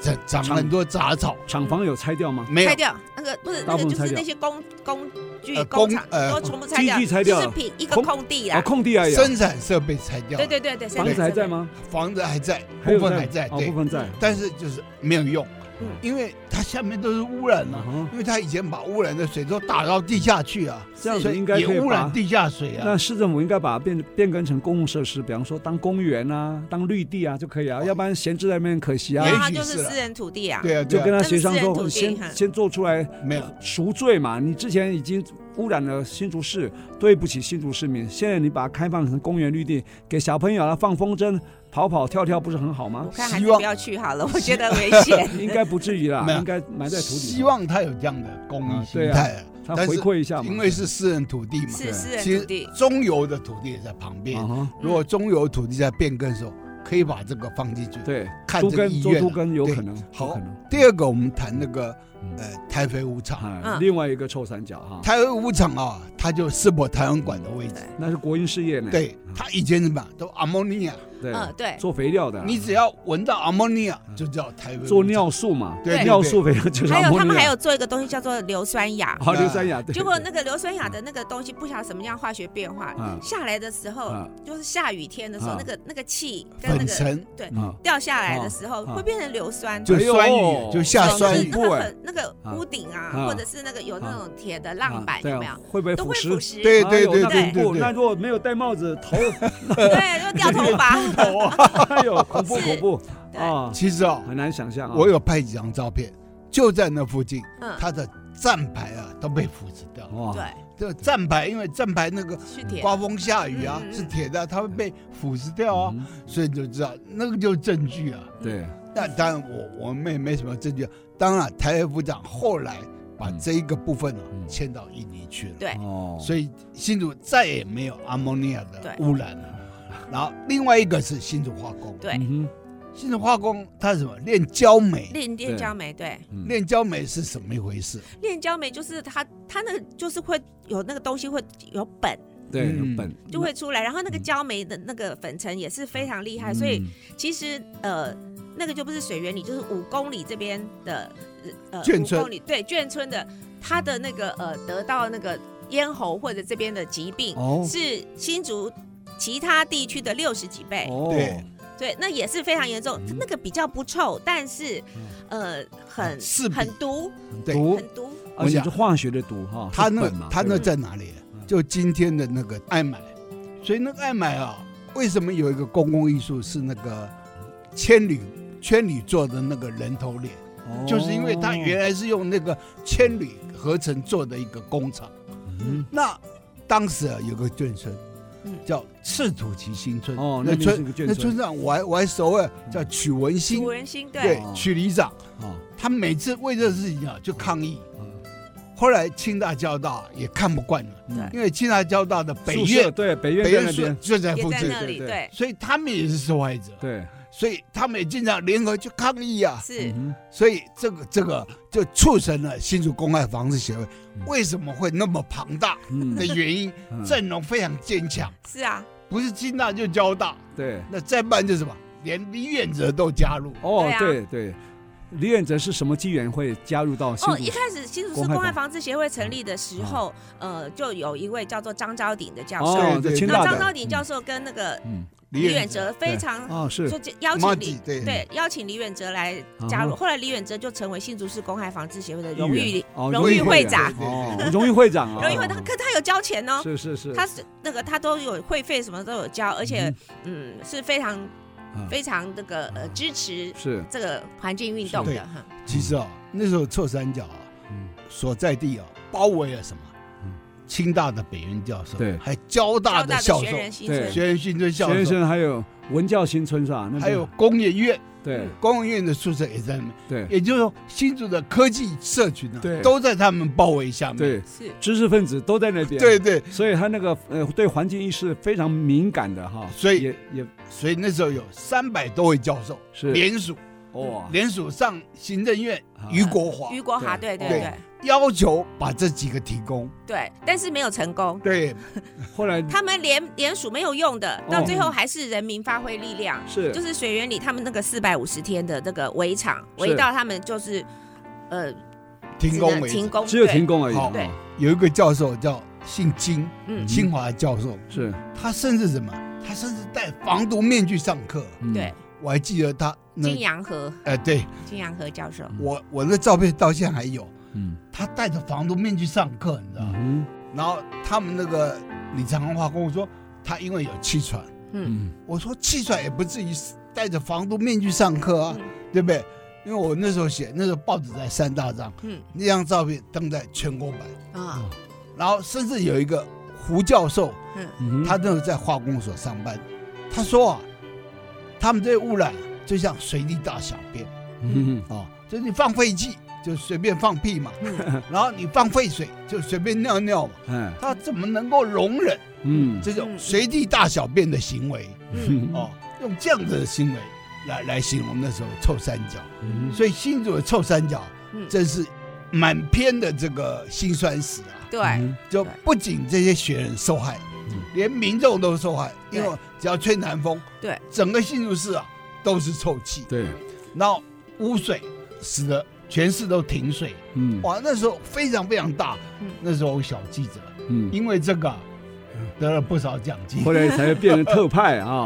Speaker 2: 长长了很多杂草，
Speaker 1: 厂房有拆掉吗？
Speaker 2: 没有
Speaker 3: 拆掉那个不是
Speaker 1: 大
Speaker 3: 那
Speaker 1: 部分
Speaker 3: 个就
Speaker 1: 拆
Speaker 3: 是
Speaker 1: 掉
Speaker 3: 那些工工具
Speaker 2: 呃
Speaker 3: 工
Speaker 2: 工
Speaker 3: 厂
Speaker 2: 呃
Speaker 3: 都全部拆掉，
Speaker 1: 机具拆掉
Speaker 3: 就是
Speaker 1: 了
Speaker 3: 平一个
Speaker 1: 空
Speaker 3: 空地
Speaker 1: 啊，
Speaker 3: 啦。
Speaker 1: 空地而已啊。
Speaker 2: 生产设备拆掉了
Speaker 3: 对，对对对，
Speaker 1: 房子还在？吗？
Speaker 2: 房子还在，
Speaker 1: 还
Speaker 2: 部
Speaker 1: 有
Speaker 2: 分还在，
Speaker 1: 哦，
Speaker 2: 对
Speaker 1: 部，分在。
Speaker 2: 但是就是没有用
Speaker 3: 嗯，
Speaker 2: 因为它下面都是污染
Speaker 1: 啊
Speaker 2: 了，
Speaker 1: 哈
Speaker 2: 因为它以前把污染的水都打到地下去啊，
Speaker 1: 这样
Speaker 2: 所
Speaker 1: 子
Speaker 2: 以
Speaker 1: 应该
Speaker 2: 也
Speaker 1: 可以
Speaker 2: 污
Speaker 1: 把
Speaker 2: 染地下水啊
Speaker 1: 那。市政府应该把它变变更成公共设施，比方说当公园啊、当绿地啊就可以啊，
Speaker 2: 哦
Speaker 1: 要不然闲置在那边很可惜啊
Speaker 3: 然。
Speaker 2: 也
Speaker 3: 后它
Speaker 2: 许
Speaker 3: 就是是
Speaker 2: 啦
Speaker 3: 私人土地啊，
Speaker 2: 对啊，
Speaker 1: 就
Speaker 2: 对
Speaker 1: 跟
Speaker 2: 啊，
Speaker 1: 他协商
Speaker 3: 那是私人
Speaker 1: 说，
Speaker 3: 土地
Speaker 1: 先
Speaker 3: 哈
Speaker 1: 先做出来
Speaker 2: 没有
Speaker 1: 呃赎罪嘛，你之前已经污染了新竹市，对不起新竹市民，现在你把它开放成公园绿地，给小朋友啊放风筝、跑跑跳跳，不是很好吗
Speaker 3: 我？看还
Speaker 2: 希
Speaker 3: 是
Speaker 2: 望
Speaker 3: 不要去好了，我觉得危险。
Speaker 1: 应 该不至于啦
Speaker 2: 没，有
Speaker 1: 应该埋在土里。
Speaker 2: 希望它有这样的公益
Speaker 1: 啊
Speaker 2: 心
Speaker 1: 对啊
Speaker 2: 态啊，
Speaker 1: 他
Speaker 2: 但是
Speaker 1: 回馈一下嘛，
Speaker 2: 因为是私人土地嘛，
Speaker 3: 是私人
Speaker 2: 其
Speaker 3: 土
Speaker 2: 实
Speaker 3: 地，
Speaker 2: 中游的土地也在旁边
Speaker 1: 啊。哈，
Speaker 2: 如果中游土地在变更的时候，可以把这个放进去。
Speaker 1: 对，
Speaker 2: 看
Speaker 1: 都
Speaker 2: 这个
Speaker 1: 跟
Speaker 2: 意
Speaker 1: 做
Speaker 2: 愿
Speaker 1: 都
Speaker 2: 啊
Speaker 1: 跟有
Speaker 2: 对
Speaker 1: 可能，哎有
Speaker 2: 好
Speaker 1: 可能。
Speaker 2: 第二个，我们谈那个
Speaker 1: 嗯
Speaker 2: 呃台肥五厂，
Speaker 1: 哎，
Speaker 3: 嗯
Speaker 1: 另外一个臭三角哈，
Speaker 2: 台肥五厂啊，它就是我台湾馆的位置。
Speaker 1: 那是国营事业呢。啊
Speaker 2: 对，它以前怎么样都阿莫尼亚，
Speaker 1: 对，
Speaker 3: 嗯，对，
Speaker 1: 做肥料的啊，
Speaker 2: 你只要闻到阿莫尼亚就叫台肥。
Speaker 1: 做，尿素嘛，
Speaker 2: 对对
Speaker 1: 尿素肥料就是
Speaker 3: 还有他们
Speaker 1: ammonia
Speaker 3: 还有做一个东西叫做硫酸亚，
Speaker 1: 啊，硫酸啊亚，对
Speaker 3: 结果那个硫酸亚的那个东西不晓得什么样化学变化
Speaker 1: 嗯，
Speaker 3: 下来的时候
Speaker 1: 啊
Speaker 3: 就是下雨天的时候
Speaker 1: 啊，
Speaker 3: 那个那个气跟那
Speaker 2: 粉
Speaker 3: 个
Speaker 2: 尘
Speaker 3: 对
Speaker 1: 啊，
Speaker 3: 掉下来的时候
Speaker 1: 啊啊
Speaker 3: 会变成硫酸。
Speaker 2: 就酸
Speaker 1: 哎
Speaker 2: 雨，
Speaker 1: 呦哎
Speaker 2: 就下
Speaker 3: 就
Speaker 2: 酸
Speaker 3: 是
Speaker 2: 雨
Speaker 3: 那。个很那个屋顶
Speaker 1: 啊
Speaker 3: 啊，或者是那个有那种铁的浪
Speaker 1: 啊
Speaker 3: 板，
Speaker 1: 对啊
Speaker 3: 有没有？
Speaker 1: 会不会
Speaker 3: 都
Speaker 1: 腐
Speaker 3: 会
Speaker 1: 蚀
Speaker 3: 腐？蚀，
Speaker 2: 对
Speaker 1: 哎呦
Speaker 2: 对
Speaker 1: 那
Speaker 3: 对
Speaker 1: 恐怖
Speaker 2: 对对
Speaker 1: 那如果没有戴帽子， 头，
Speaker 3: 对，就掉头发。
Speaker 1: 哎呦，恐怖
Speaker 3: 是
Speaker 1: 恐怖
Speaker 3: 对
Speaker 1: 啊，
Speaker 2: 其实啊，
Speaker 1: 很难想象啊。
Speaker 2: 我有拍几张照片，就在那附近，
Speaker 3: 嗯，
Speaker 2: 它的站牌啊都被腐蚀掉了。
Speaker 1: 哇，
Speaker 3: 对，
Speaker 2: 这个站牌，因为站牌那个
Speaker 3: 去铁
Speaker 2: 刮风下雨啊
Speaker 3: 嗯嗯嗯
Speaker 2: 是铁的，它会被腐蚀掉啊，
Speaker 1: 嗯
Speaker 2: 所以你就知道那个就是证据啊。
Speaker 1: 对，
Speaker 2: 那当然我我们也没什么证据啊。当然，台北部长后来把这一个部分呢、
Speaker 1: 嗯
Speaker 2: 迁到印尼去了，
Speaker 3: 对
Speaker 1: 哦，
Speaker 2: 所以新竹再也没有阿莫尼亚的
Speaker 3: 对
Speaker 2: 污染了。然后另外一个是新竹化工，
Speaker 3: 对
Speaker 1: 嗯
Speaker 2: 新竹化工它是什么炼焦煤，
Speaker 3: 炼
Speaker 1: 对
Speaker 3: 炼焦煤，对，
Speaker 1: 哼，
Speaker 2: 炼焦煤是什么一回事？
Speaker 3: 炼焦煤就是它，它那个就是会有那个东西会有苯
Speaker 1: 嗯对
Speaker 2: 嗯
Speaker 1: 本
Speaker 3: 就会出来，然后那个焦煤的那个粉尘也是非常厉
Speaker 1: 嗯
Speaker 2: 嗯
Speaker 3: 害，所以其实呃，那个就不是水源里，就是五公里这边的呃
Speaker 2: 眷
Speaker 3: 五
Speaker 2: 村
Speaker 3: 公里对眷村的，它的那个呃得到那个咽喉或者这边的疾病、
Speaker 1: 哦
Speaker 3: 是新竹。其他地区的六十几倍，
Speaker 1: 哦
Speaker 2: 对
Speaker 3: 对，那也是非常严重。
Speaker 1: 嗯
Speaker 3: 那个比较不臭，但是，呃，很
Speaker 2: 嗯是比
Speaker 3: 很毒，
Speaker 2: 对
Speaker 1: 毒
Speaker 3: 很，毒。
Speaker 1: 而且是化学的毒哈，
Speaker 2: 他
Speaker 1: 是
Speaker 2: 那
Speaker 1: 苯嘛
Speaker 2: 他那
Speaker 1: 对
Speaker 2: 在哪里
Speaker 1: 嗯？
Speaker 2: 就今天的那个爱买，所以那个爱买啊，为什么有一个公共艺术是那个千里千里做的那个人头脸，
Speaker 1: 哦
Speaker 2: 就是因为它原来是用那个千里合成做的一个工厂。
Speaker 1: 嗯
Speaker 2: 那当时啊有个眷村
Speaker 3: 嗯，
Speaker 2: 叫赤土崎新村，
Speaker 1: 哦，那
Speaker 2: 嗯那
Speaker 1: 边是
Speaker 2: 村
Speaker 1: 个眷
Speaker 2: 那村长我还我还熟啊，叫曲文
Speaker 3: 主
Speaker 2: 新，
Speaker 3: 人心对
Speaker 2: 对，曲里长，
Speaker 1: 啊
Speaker 2: 他每次为这事情啊就抗议。
Speaker 1: 啊
Speaker 2: 后来清大交大也看不惯了，
Speaker 1: 嗯
Speaker 2: 因为清大交大的北
Speaker 1: 宿舍
Speaker 2: 院，
Speaker 1: 对北院
Speaker 2: 北
Speaker 1: 在那
Speaker 2: 院宿
Speaker 1: 边，
Speaker 2: 就在
Speaker 3: 也
Speaker 2: 附
Speaker 3: 在
Speaker 2: 近，
Speaker 3: 那里，
Speaker 1: 哎对对
Speaker 3: 对，
Speaker 2: 所以他们也是受害者，
Speaker 1: 对，
Speaker 2: 所以他们也经常联合去抗议啊，
Speaker 3: 是
Speaker 1: 嗯
Speaker 2: 所以这个这个就促成了新竹公害防治协会
Speaker 1: 嗯
Speaker 2: 为什么会那么庞大
Speaker 1: 嗯
Speaker 2: 的原因，
Speaker 1: 嗯
Speaker 2: 阵容非常坚强，
Speaker 3: 是啊，
Speaker 2: 不是清大就交大，
Speaker 1: 对。
Speaker 2: 那再办就是什么，连李远哲都加入，
Speaker 1: 哦，
Speaker 3: 对啊
Speaker 1: 对对，李远哲是什么机缘会加入到新
Speaker 3: 哦，
Speaker 1: 竹
Speaker 3: 一开始新竹
Speaker 1: 公
Speaker 3: 市
Speaker 1: 害
Speaker 3: 公害
Speaker 1: 防
Speaker 3: 防治协会成立的时候，呃，就有一位叫做张昭鼎的教授。
Speaker 1: 哦，在
Speaker 2: 对对
Speaker 1: 清
Speaker 2: 挺
Speaker 3: 那
Speaker 1: 大
Speaker 2: 大
Speaker 3: 张
Speaker 1: 的，
Speaker 3: 昭鼎教授跟那个
Speaker 1: 嗯，
Speaker 3: 李远哲非常
Speaker 1: 啊是
Speaker 3: 说就邀
Speaker 2: 马
Speaker 3: 请
Speaker 2: 吉
Speaker 3: 李
Speaker 2: 对
Speaker 3: 对邀请李远哲来加入，
Speaker 1: 啊
Speaker 3: 后来李远哲就成为新竹市公害防治协会的
Speaker 1: 议
Speaker 3: 荣
Speaker 1: 员
Speaker 3: 誉
Speaker 1: 哦
Speaker 3: 荣誉会
Speaker 2: 长
Speaker 1: 哦，荣誉会长啊，
Speaker 3: 荣誉会，他可他有交钱哦，
Speaker 1: 是是是，
Speaker 3: 他是那个他都有会费什么都有交，而且嗯是非常
Speaker 1: 啊
Speaker 3: 非常那个呃支持
Speaker 1: 是
Speaker 3: 这个环境运动
Speaker 2: 是
Speaker 3: 的哈，
Speaker 2: 其实啊，那时候臭三角啊，
Speaker 1: 嗯
Speaker 2: 所在地啊，包围了什么
Speaker 1: 嗯？
Speaker 2: 清大的北园教授，
Speaker 1: 对
Speaker 2: 还交大
Speaker 3: 交
Speaker 2: 的
Speaker 3: 大的
Speaker 2: 教授，
Speaker 3: 学人新
Speaker 1: 对
Speaker 3: 村
Speaker 2: 学院新村教
Speaker 1: 先
Speaker 2: 授，
Speaker 1: 生还有文教新村是吧？那边
Speaker 2: 还有工研院，
Speaker 1: 嗯对
Speaker 3: 嗯
Speaker 2: 工研院的宿舍也在那边。
Speaker 1: 对
Speaker 2: 也就是说，新竹的科技社群呢、
Speaker 1: 对
Speaker 2: 都在他们包围下面。
Speaker 1: 对，
Speaker 3: 是
Speaker 1: 知识分子都在那边，
Speaker 2: 对，对，
Speaker 1: 所以他那个呃对环境意识非常敏感的哈，
Speaker 2: 所以
Speaker 1: 也也
Speaker 2: 所以那时候有三百多位教授
Speaker 1: 是
Speaker 2: 联署，
Speaker 1: 哇，
Speaker 2: 联署上行政院
Speaker 1: 啊
Speaker 2: 于国华，
Speaker 3: 于国华
Speaker 1: 对
Speaker 3: 对对
Speaker 2: 对
Speaker 3: 对
Speaker 2: 要求把这几个提供。
Speaker 3: 对，但是没有成功。
Speaker 2: 对，
Speaker 1: 后来
Speaker 3: 他们联联署没有用的，
Speaker 1: 哦
Speaker 3: 到最后还是人民发挥力量。
Speaker 1: 是
Speaker 3: 就是水源里他们那个四百五十天的那个围场，
Speaker 1: 是
Speaker 3: 围到他们就是，呃，
Speaker 2: 停
Speaker 3: 只
Speaker 2: 工
Speaker 3: 能
Speaker 2: 为
Speaker 3: 停
Speaker 2: 止。
Speaker 3: 工，
Speaker 1: 只有
Speaker 3: 对
Speaker 1: 停，工而已，
Speaker 2: 好
Speaker 3: 对
Speaker 1: 哦
Speaker 2: 有一个教授叫姓金，
Speaker 3: 嗯，
Speaker 2: 清华教授，
Speaker 1: 是
Speaker 2: 他甚至什么？他甚至戴防毒面具上课。
Speaker 1: 嗯
Speaker 3: 对，
Speaker 2: 我还记得他那
Speaker 3: 金，阳和
Speaker 2: 哎、对
Speaker 3: 金阳和教授，
Speaker 2: 我我的照片到现在还有，
Speaker 1: 嗯
Speaker 2: 他戴着防毒面具上课，你知道吗？
Speaker 1: 嗯
Speaker 2: 然后他们那个李长虹华跟我说，他因为有气喘，
Speaker 3: 嗯，
Speaker 1: 嗯
Speaker 2: 我说气喘也不至于戴着防毒面具上课啊，
Speaker 3: 嗯
Speaker 2: 对不对？因为我那时候写，那时候报纸在三大张，
Speaker 3: 嗯
Speaker 2: 那张照片登在全国版，
Speaker 3: 啊，
Speaker 2: 然后甚至有一个胡教授，
Speaker 1: 嗯
Speaker 2: 他那时候在化工所上班，他说啊，他们这污染就像随地大小便
Speaker 1: 嗯
Speaker 2: 啊、就是你放废气就随便放屁嘛， 然后你放废水就随便尿尿嘛，
Speaker 1: 嗯
Speaker 2: 他怎么能够容忍？
Speaker 1: 嗯
Speaker 2: 哎这种随地大小便的行为
Speaker 3: 嗯，
Speaker 2: 哦，用这样子的行为来来形容那时候臭三角，
Speaker 1: 嗯
Speaker 2: 所以新竹的臭三角
Speaker 3: 嗯
Speaker 2: 真是满篇的这个辛酸史啊！
Speaker 3: 对，
Speaker 1: 嗯
Speaker 2: 就不仅这些学人受害
Speaker 1: 嗯，
Speaker 2: 连民众都受害，
Speaker 3: 对
Speaker 2: 因为只要吹南风，
Speaker 3: 对，
Speaker 2: 整个新竹市啊都是臭气，
Speaker 1: 对
Speaker 2: 然后污水使得全市都停水，
Speaker 1: 嗯
Speaker 2: 哇，那时候非常非常大
Speaker 3: 嗯，
Speaker 2: 那时候小记者
Speaker 1: 嗯。
Speaker 2: 因为这个啊得了不少奖金
Speaker 1: 后。来才变成特派 啊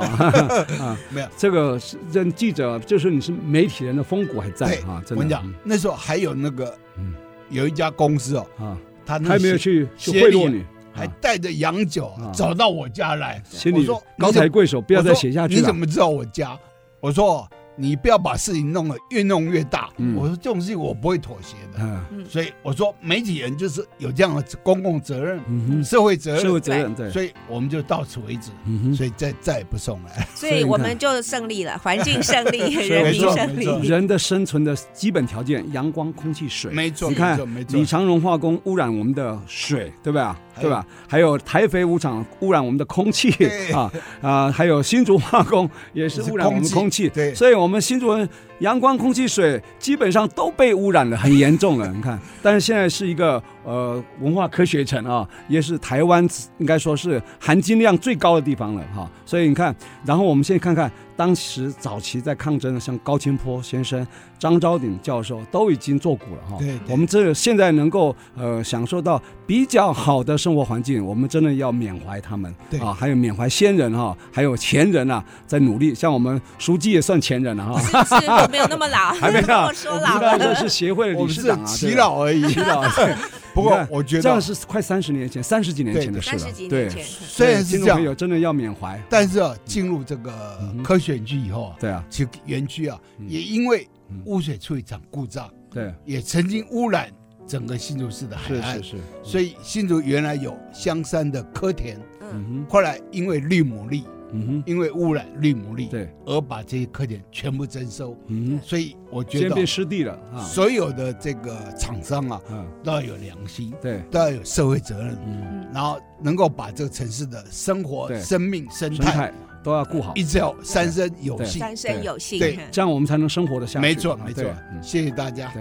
Speaker 1: 啊！
Speaker 2: 没有
Speaker 1: 这个是这记者，就是你是媒体人的风骨还在
Speaker 2: 对
Speaker 1: 啊，真
Speaker 2: 我
Speaker 1: 的。
Speaker 2: 跟你讲，那时候还有那个
Speaker 1: 嗯，
Speaker 2: 有一家公司哦，
Speaker 1: 嗯啊，
Speaker 2: 他那
Speaker 1: 他没有
Speaker 2: 些
Speaker 1: 去去
Speaker 2: 协
Speaker 1: 贿
Speaker 2: 力
Speaker 1: 赂
Speaker 2: 啊
Speaker 1: 你，
Speaker 2: 还
Speaker 1: 啊
Speaker 2: 带着洋酒
Speaker 1: 啊
Speaker 2: 啊找到我家来，
Speaker 1: 请
Speaker 2: 我
Speaker 1: 你
Speaker 2: 说
Speaker 1: 高
Speaker 2: 你怎
Speaker 1: 抬
Speaker 2: 么
Speaker 1: 贵手，不要
Speaker 2: 我
Speaker 1: 再
Speaker 2: 说
Speaker 1: 写下去
Speaker 2: 你
Speaker 1: 了
Speaker 2: 怎。么知道我家？我说你不要把事情弄得越弄越大。
Speaker 1: 嗯
Speaker 2: 我说这种事情我不会妥协的，
Speaker 1: 啊，
Speaker 2: 所以我说媒体人就是有这样的公共责任、
Speaker 1: 嗯
Speaker 2: 社会责
Speaker 1: 哼，社
Speaker 2: 任，
Speaker 1: 会责任对，
Speaker 2: 所以我们就到此为止，
Speaker 1: 嗯
Speaker 2: 所以再再也不送来。
Speaker 3: 所以我们就胜利了，环境胜 利，
Speaker 1: 以
Speaker 3: 人民
Speaker 2: 没错
Speaker 3: 胜
Speaker 2: 没错
Speaker 3: 利
Speaker 1: 哼，，人的生存的基本条件：阳光、空气、水。
Speaker 2: 没错，
Speaker 1: 你
Speaker 2: 没
Speaker 1: 看
Speaker 2: 错，没哎
Speaker 1: 李
Speaker 2: 错，
Speaker 1: 长荣化工污染我们的水，对吧？
Speaker 2: 还有
Speaker 1: 对吧？还有台肥五厂污染我们的空气
Speaker 2: 对
Speaker 1: 啊啊，还有新竹化工也是
Speaker 2: 也是
Speaker 1: 污染我们
Speaker 2: 空气
Speaker 1: 空气。
Speaker 2: 对
Speaker 1: 所以我们新竹人阳光、空气、水基本上都被污染了，很严重了。你看，但是现在是一个呃文化科学城啊，也是台湾应该说是含金量最高的地方了哈、所以你看，然后我们现在看看当时早期在抗争的，像高清波先生、张昭鼎教授都已经做古了哈、
Speaker 2: 对对
Speaker 1: 我们这现在能够呃享受到比较好的生活环境，我们真的要缅怀他们，
Speaker 2: 对
Speaker 1: 啊，还有缅怀先人哈、还有前人啊，在努力。像我们书记也算前人啊了哈、
Speaker 3: 是不是都没有那么老？
Speaker 1: 还没
Speaker 3: 跟
Speaker 1: 到
Speaker 3: 我说
Speaker 1: 我
Speaker 3: 老
Speaker 1: 们 当时
Speaker 3: 了，
Speaker 1: 是协会的
Speaker 2: 我
Speaker 1: 理
Speaker 2: 们
Speaker 1: 事
Speaker 2: 是
Speaker 1: 长啊，
Speaker 2: 祈
Speaker 1: 对吧
Speaker 2: 祷而已。
Speaker 1: 祈 祷，对
Speaker 2: 不
Speaker 1: 你
Speaker 2: 过
Speaker 1: 看
Speaker 2: 我觉
Speaker 1: 这
Speaker 2: 得
Speaker 1: 样，是快三十年前、三十几年前的事
Speaker 3: 三
Speaker 1: 了
Speaker 3: 十几，
Speaker 1: 对
Speaker 3: 年。前，
Speaker 2: 虽然是
Speaker 1: 听
Speaker 2: 这
Speaker 1: 众朋友
Speaker 2: 样，
Speaker 1: 真的要缅怀，
Speaker 2: 但是啊，进入这个
Speaker 1: 嗯哼
Speaker 2: 科学园区以后啊，
Speaker 1: 对啊，
Speaker 2: 其实园区啊，
Speaker 1: 嗯
Speaker 2: 也因为
Speaker 1: 嗯
Speaker 2: 污水处理厂故障。
Speaker 1: 对，
Speaker 2: 也曾经污染整个新竹市的海
Speaker 1: 是
Speaker 2: 岸
Speaker 1: 是，是，
Speaker 2: 所以新竹原来有香山的科田，
Speaker 3: 嗯，
Speaker 1: 嗯
Speaker 2: 后来因为绿牡蛎，
Speaker 1: 哼，嗯
Speaker 2: 因为污染绿牡
Speaker 1: 哼，
Speaker 2: 蛎，
Speaker 1: 对，
Speaker 2: 而把这些科田全部征收。
Speaker 1: 嗯哼，
Speaker 2: 所以我觉
Speaker 1: 现在变
Speaker 2: 得
Speaker 1: 湿地了啊，
Speaker 2: 所有的这个厂商啊，
Speaker 1: 嗯，
Speaker 2: 都要有良心，
Speaker 1: 对，
Speaker 2: 都要有社会责任，
Speaker 1: 嗯，
Speaker 3: 嗯
Speaker 2: 然后能够把这个城市的生活
Speaker 1: 对、
Speaker 2: 生命、生
Speaker 1: 生
Speaker 2: 态
Speaker 1: 态都要顾好，
Speaker 2: 一直要三生有
Speaker 1: 对
Speaker 2: 幸。
Speaker 3: 三生有幸，
Speaker 2: 对
Speaker 3: 嗯
Speaker 1: 这样我们才能生活的下去。
Speaker 2: 没错，
Speaker 1: 啊
Speaker 2: 没错
Speaker 1: 对嗯。
Speaker 2: 谢谢大家。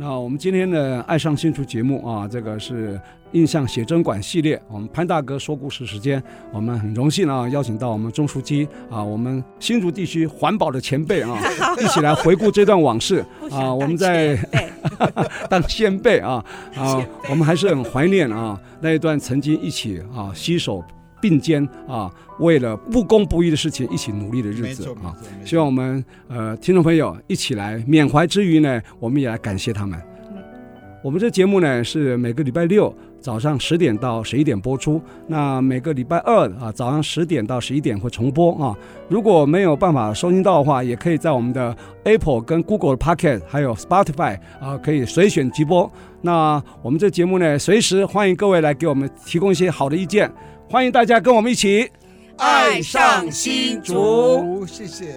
Speaker 1: 那我们今天的《爱上新竹》节目啊，这个是印象写真馆系列，我们潘大哥说故事时间，我们很荣幸啊，邀请到我们钟书记啊，我们新竹地区环保的前辈 啊，一起来回顾这段往事
Speaker 3: 不想
Speaker 1: 啊，我
Speaker 3: 当
Speaker 1: 们在
Speaker 3: 前辈
Speaker 1: 当先辈啊啊
Speaker 3: 先辈，
Speaker 1: 我们还是很怀念啊那一段曾经一起啊携手并肩啊，为了不公不义的事情一起努力的日
Speaker 2: 没
Speaker 1: 子
Speaker 2: 错，没
Speaker 1: 啊。
Speaker 2: 错，没
Speaker 1: 希
Speaker 2: 错。
Speaker 1: 望我们呃听众朋友一起来缅怀之余呢，我们也来感谢他们。
Speaker 2: 嗯
Speaker 1: 我们这节目呢是每个礼拜六早上十点到十一点播出，那每个礼拜二啊早上十点到十一点会重播啊。如果没有办法收听到的话，也可以在我们的 Apple 跟 Google 的 Pocket 还有 Spotify 啊可以随选直播。那我们这节目呢，随时欢迎各位来给我们提供一些好的意见，欢迎大家跟我们一起。
Speaker 3: 爱上新
Speaker 1: 竹
Speaker 2: 谢谢。